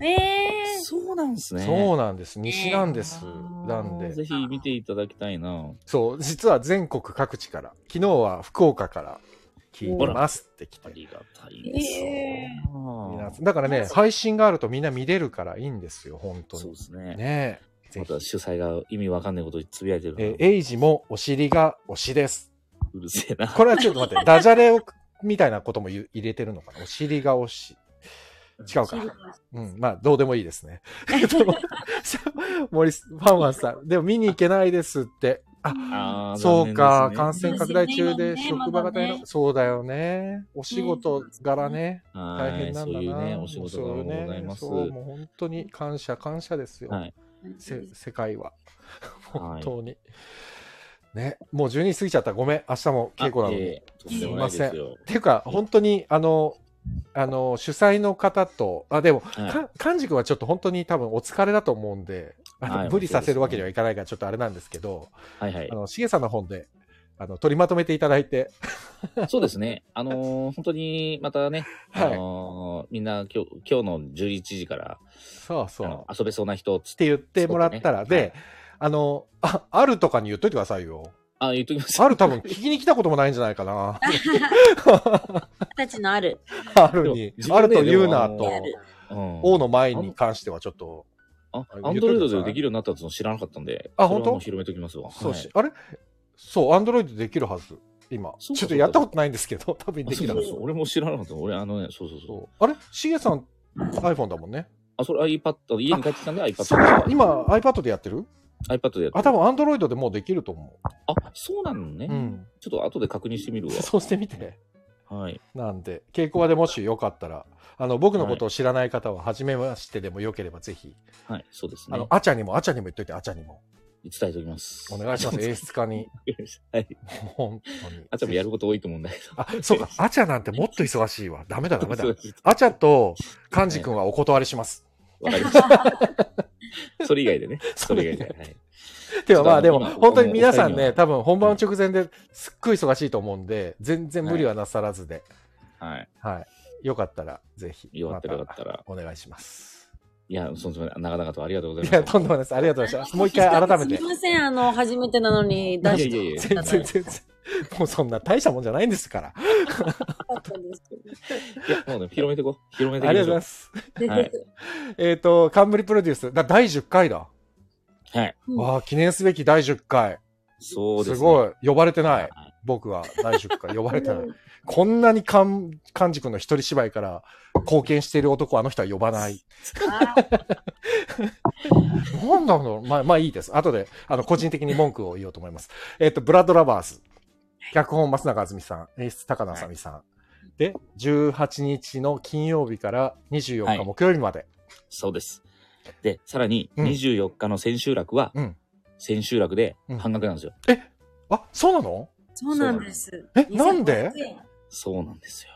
えー、そうなんですね。そうなんです。西なんです。あーなんで。ぜひ見ていただきたいな。そう、実は全国各地から、昨日は福岡から聞いてますって来あて。りがたいですよ。えあーだからね、配信があるとみんな見れるからいいんですよ、本当そうにで。すね。ねえ。ぜまひた主催が意味わかんないことをつぶやいてるから、えーエイジもお尻が推しです。うるせえ [LAUGHS] な。これはちょっと待って、ダジャレを、みたいなことも言う入れてるのかなお尻が推し。違うか。うん、まあ、どうでもいい [LAUGHS] ですね。でも森す、ファンマンさ [LAUGHS] ん、でも見に行けないですって。 [LAUGHS] あ、あーそうか、残念感ですね染拡大中でそうですね職場が大まだ変、ねそうだよね。お仕事柄ね、はい大変なんだそういうな。ね、お仕事がございます。そうねそうもう本当に感謝、感謝ですよ。はい。せ世界は。は本い当に。ね、もう12時過ぎちゃった。ごめん、明日も稽古なのあいえに。いえとんでもないですよ。っていうか、本当に、あの、あの、主催の方と、あ、でも、はいか、かんじくんはちょっと本当に多分お疲れだと思うんで、あのはい無理させるわけにそはうですねいかないから、ちょっとあれなんですけど、はいはいあ。の、しげさんの本で、あの、取りまとめていただいて、そうですね。あのー [LAUGHS] 本当に、またね、はいあのーみんな今日、今日の11時から、そうそあう、のっ遊べそうな人、つってて、言ってもらったら、そうで、ねはいあの、あ、あるとかに言っといてくださいよ。あ、言っときます。ある多 [LAUGHS] 分聞きに来たこともないんじゃないかな。たちのある。あるにで。もあると言うな自と分、でもうん王の前に関してはちょっと、ああ、アンドロイドでできるようになったっていうの知らなかったんで、あそれはもう本当広めておきますわ。そうはいし、あれそう、アンドロイドできるはず、今。ちょそうかっとやったことないんですけど、多 [LAUGHS] 分あでそきるうそはうずそう。。俺も知らなかった。俺、あのね、そうそうそう。そうあれしげさん iPhone だもんね。あ、それ iPad、家に帰ってきたんでそうか iPad。今 iPad でやってる iPad でやってあ、多分 Android でもうできると思あ、そうなのね。う。うん。ちょっと後で確認してみるわ。 [LAUGHS] そうしてみて。はい。なんで、稽古場でもしよかったら、あの、僕のことを知らない方は、初めましてでもよければ、ぜひ、はい、そうですあねの、。あちゃんにも、あちゃんにも言っといて、あちゃんにも。伝えておきます。お願いし [LAUGHS] ます、演出家に。す。はい。もう本当に。 [LAUGHS] あちゃんもやること多いと思うんだけど。あ、そうか、あちゃなんてもっと忙しいわ。ダメだ、ダメだ [LAUGHS] そ。うですあちゃと、かんじくんはお断りします。わかり [LAUGHS] ました。それ以外でね。そそれれ以以外外で。はい。ではまあでも、 [LAUGHS] ちょっと本当に皆さんもうお二人にね、は多分本番直前ですっごい忙しいと思うんで、全然無理はなさらずで、はい。はい。よかったら、ぜひ、よかったらよまかったら。お願いします。いや、そんな長々とありがとうございいや、まとんでもないです。ありがとうございました。もう一回改めすてみ。ません、あの、初めてなのに出す。しいやいやいや。全然、全然。もうそんな大したもんじゃないんですから。あたかったんですけど。いや、もうね、広めていこう。広りめて。がとうございますす。はいえっと、冠プロデュース、だ第10回だ。はい。うんわあ、記念すべき第10回。そうですす。ごい。呼ばれてない。は僕は第10回呼ばれてない。こんなにかん、かんじくんの一人芝居から貢献している男、あの人は呼ばない。あーなんだろうまあ、まあいいです。後で、あの、個人的に文句を言おうと思います。えっ、と、ブラッドラバーズ。脚本、松永あずみさん。演出、高野あさみさん。で、18日の金曜日から24は日い木曜日まで。そうです。で、さらに、うん24日の千秋楽はうん、千秋楽で半額なんですよ。あ、そうなのそうな [LAUGHS] んです。えなんで2500円そうなんですよ。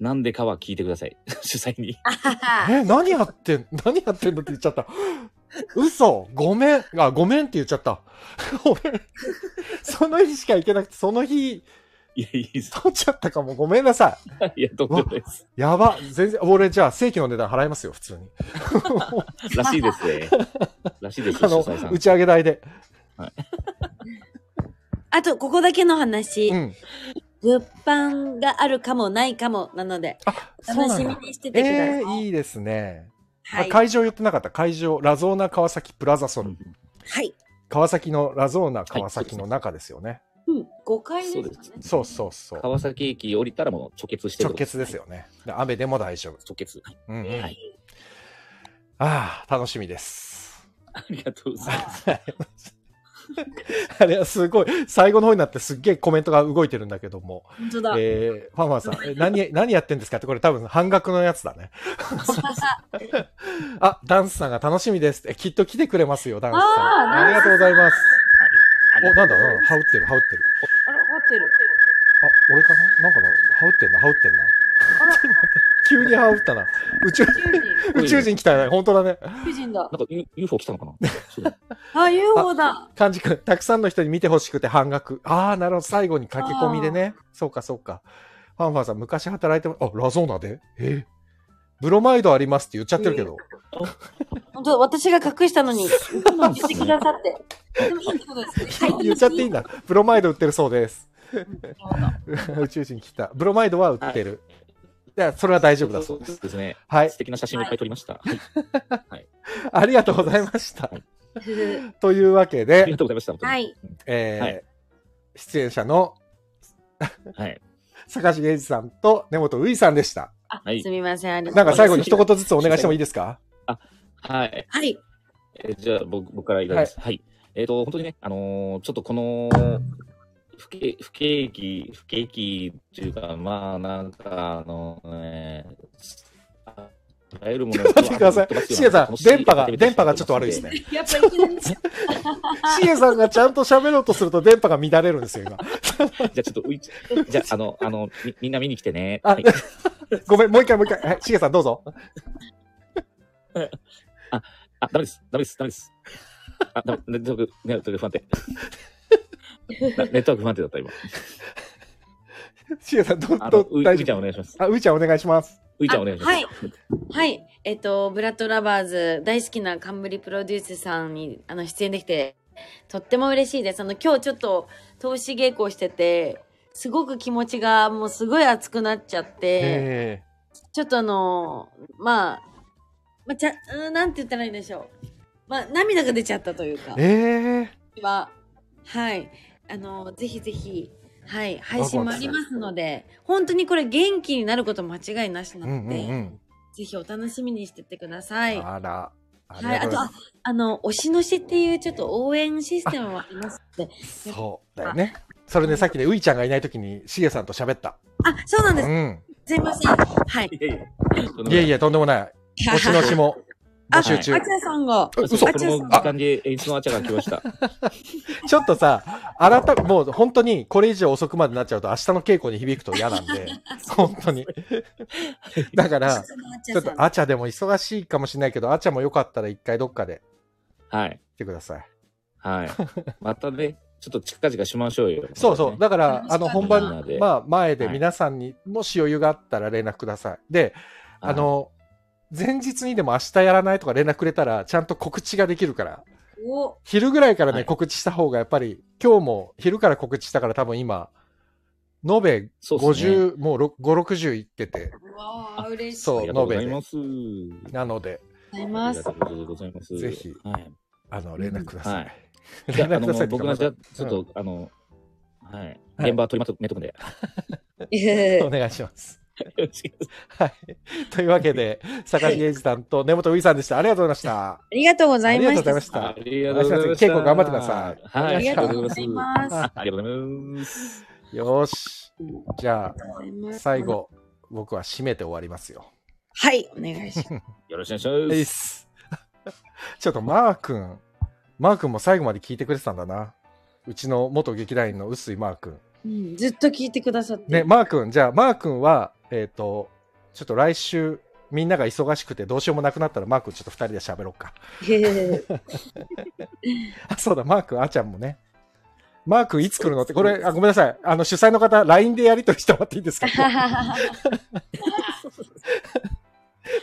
なんでかは聞いてください。 [LAUGHS] 主催に。あははえ、何やってん、何やってんのって言っちゃ [LAUGHS] った。嘘ごめん。あ、ごめんって言っちゃった。 [LAUGHS] ごめん。その日しか行けなくて、その日、いや、いいです。取っちゃったかも。ごめんなさいや、とんでもないです。い。やば。全然、俺じゃあ正規の値段払いますよ、普 [LAUGHS] 通に。らしいですね。らしいですあよ、主の催さ、ん打。ち上げ代で。あと、ここだけの話、うん。物販があるかもないかもなので、あ、そう楽なしんみだ。にしててくださえい。ー、いいですね。あはい。会場言ってなかった。会場、ラゾーナ川崎プラザソル。はい。川崎のラゾーナ川崎の中ですよね。うん、5回そうでですかすね。。そうそうそう。川崎駅降りたらもう直結してる直結ですよ。よね。で雨でも大丈夫。直結。はいうんうん。はい。ああ、楽しみです。ありがとうございます。 [LAUGHS] あれはすごい、最後の方になってすっげえコメントが動いてるんだけども、本当だ。 [LAUGHS] えー、ファンファンさん、え何、何やってんですかって、これ多分半額のやつだね。あ、ダンスさんが楽しみですって、きっと来てくれますよ、ダンスさん。あーありがとうございます。ありお、がとなうんだ、なんだ、羽織ってる、羽織ってる。あら、ホテル。あ、俺かななんかな、羽織ってんな、羽織ってんな。 [LAUGHS] 急に羽振ったな。宇宙、 [LAUGHS] 宇宙人。宇宙人来たね。本当だね。宇宙人だ。なんか U- UFO 来たのかな [LAUGHS] そうだあ、UFO だ。漢字くん、たくさんの人に見てほしくて半額。ああ、なるほど。最後に駆け込みでね。そうか、そうか。ファンファンさん、昔働いても、あ、ラゾーナでえブロマイドありますって言っちゃってるけど。本当だ私が隠したのに、そうなんで言ってすくねださって。でもいいってことですね。言っちゃっていいんだ。ブロマイド売ってるそうです。 [LAUGHS] 宇宙人来た。ブロマイドは売ってる。いや、それは大丈夫だそうです。ですね。はい素。敵な写真をいっぱい撮りました。はいありがとうございました。はというわけありでが、とうございました。本当にい。えーはい出演者のはい。坂重英二さんと根本ういさんでした。 [LAUGHS] あはいすみません。ありがとなうんか最後に一言ずつお願いしてもいいですかはい。はい。えーじゃあ僕僕からいただきます。はい。えっ、と、本当にね、あのーちょっとこの不景、不景気、不景気っていうか、まあ、なんか、あのね、あらゆるものを待ってください。シエさん、電波が、電波がちょっと悪いです。あね。やっぱりいきなり。シエさんがちゃんと喋ろうとすると電波が乱れるんですよ、 [LAUGHS] 今。のじゃあちょっと浮いち、じゃあ、あの、あの、みみんな見に来てね。あはい、ごめん、もう一回もう一回。はい、シエさんどうぞ。あ、ダメです。ダメです。ダメです。あ、ダメ、ネットワーク、ネットワーク不安定。なネットワーク不安定だった、今。シエさんどう、あどの、う、うい大ういち丈ゃんお夫。願いします。あ、ういちゃんお願いします。ういちゃんお願いします。あはい。はい。えっと、ブラッドラバーズ、大好きな冠プロデュースさんに、あの、出演できて、とっても嬉しいです。あの、今日ちょっと、投資稽古してて、すごく気持ちが、もうすごい熱くなっちゃって、えちょっとあの、まあ、まあ、ちゃ、うん、なんて言ったらいいんでしょう。まあ、涙が出ちゃったというー、、かえは、はい。あの、ぜひぜひ、はい、配信もありますので、本当にこれ元気になること間違いなしー。なうのんうで、んぜひお楽しみにしてってくださうい。ん。はあら。ありい、がとうごあと、ざいああの、推しのしっていうちょっと応援システムもありますので、ます。そうだよね。それでさっきね、ういちゃんがいないときにシエさんと喋った。あ、そうなんうです。ん。すいません。はい。いやいや。いえいえ、とんでもない。推しのしも募集中あ。ちゃさんが、えそう嘘この時間で演出のあちゃが来ました。ちょっとさ、改め、もう本当にこれ以上遅くまでなっちゃうと明日の稽古に響くと嫌なんで、 [LAUGHS] 本当に。だから、そのあちちょゃっさんとアチャでも忙しいかもしれないけど、アチャもよかったら一回どっかではい。来てください。はい。またね、ちょっと近々しましょうよ。そうそう。またねだから、あの、本番みんなで、まあ、前ではい皆さんにもし余裕があったら連絡ください。で、あ、の、前日にでも明日やらないとか連絡くれたら、ちゃんと告知ができるから。お、昼ぐらいからね、はい告知した方がやっぱり、今日も昼から告知したから多分今、延べそうっすね50、もうろ5、60いってて、うわあ嬉しい。そうありがとうございます。なので、ありがとうございます。ありがとうございます。ぜひはい。あの、連絡ください。はじゃ連あ、あ絡くださいっの、ていう僕かがじゃまあだちょっと、あの、はい。はい現場取りまとめとくんで。 [LAUGHS] お願いします。よろしくはい。というわけで、坂重英二さんと根本ういさんでした。ありがとうございま [LAUGHS] ありがとうごした。ざあいりがとまうごしざいま。たした。お願いしますり稽古頑張ってくださいはい。ありがとうございあます。あありがとうございます。よーし。じゃりがとうございあ、ます最。後、僕は締めて終わりますよ。はい、お願いします。よろしくお願えいいっします。す。 [LAUGHS] ちょっとマー君、マー君も最後まで聞いてくれてたんだな。うちの元劇団員の臼井マー君。うんずっと聞いてくださって。ね、マー君、じゃあ、マー君は、えっ、と、ちょっと来週、みんなが忙しくてどうしようもなくなったら、マー君ちょっと二人で喋ろうか。あ、そうだ、マー君、あーちゃんもね。マー君いつ来るのって、これ、あごめんなさい。あの、主催の方、LINE でやり取りしてもらっていいですかま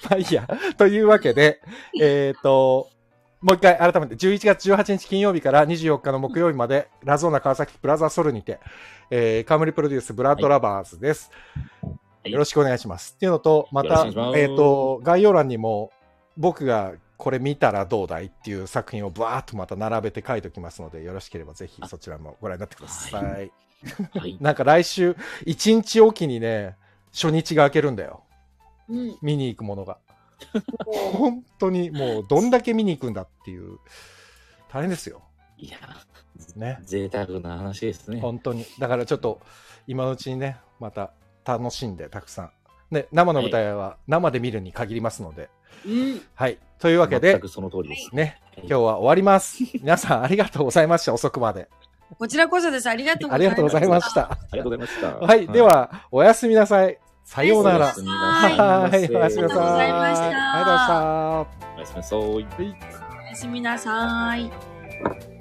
あいいや。 [LAUGHS] というわけで、えっ、と、もう一回改めて、11月18日金曜日から24日の木曜日まで、ラゾーナ川崎プラザソルにて、えー、カムリプロデュースブラッドラバーズです。いよろしくお願いします。っていうのと、また、えよろっしくお願いします、と、概要欄にも、僕がこれ見たらどうだいっていう作品をバーっとまた並べて書いておきますので、よろしければぜひそちらもご覧になってください。はい。なんか来週、1日おきにね、初日が明けるんだよ。 [LAUGHS] うん。見に行くも [LAUGHS] のが。本当にもう、どんだけ見に行くんだっていう、大変ですよ。いや、ね。贅沢な話ですね。本当に。だからちょっと、今のうちにね、また楽しんで、たくさん。ね、生の舞台は生で見るに限りますので。うん。はい。というわけで全く、その通りです。ね、今日は終わります。皆さんありがとうございました。遅くまで。こちらこそです。ありがとうごあざいりがとますうございました。ありがとうございました。はい。では、おやすみなさい。さようならおやす。みはなさーいい、おやすみなさい。ありがとうございましたありがとうございました。おやすみなさい。おやすみなさーい。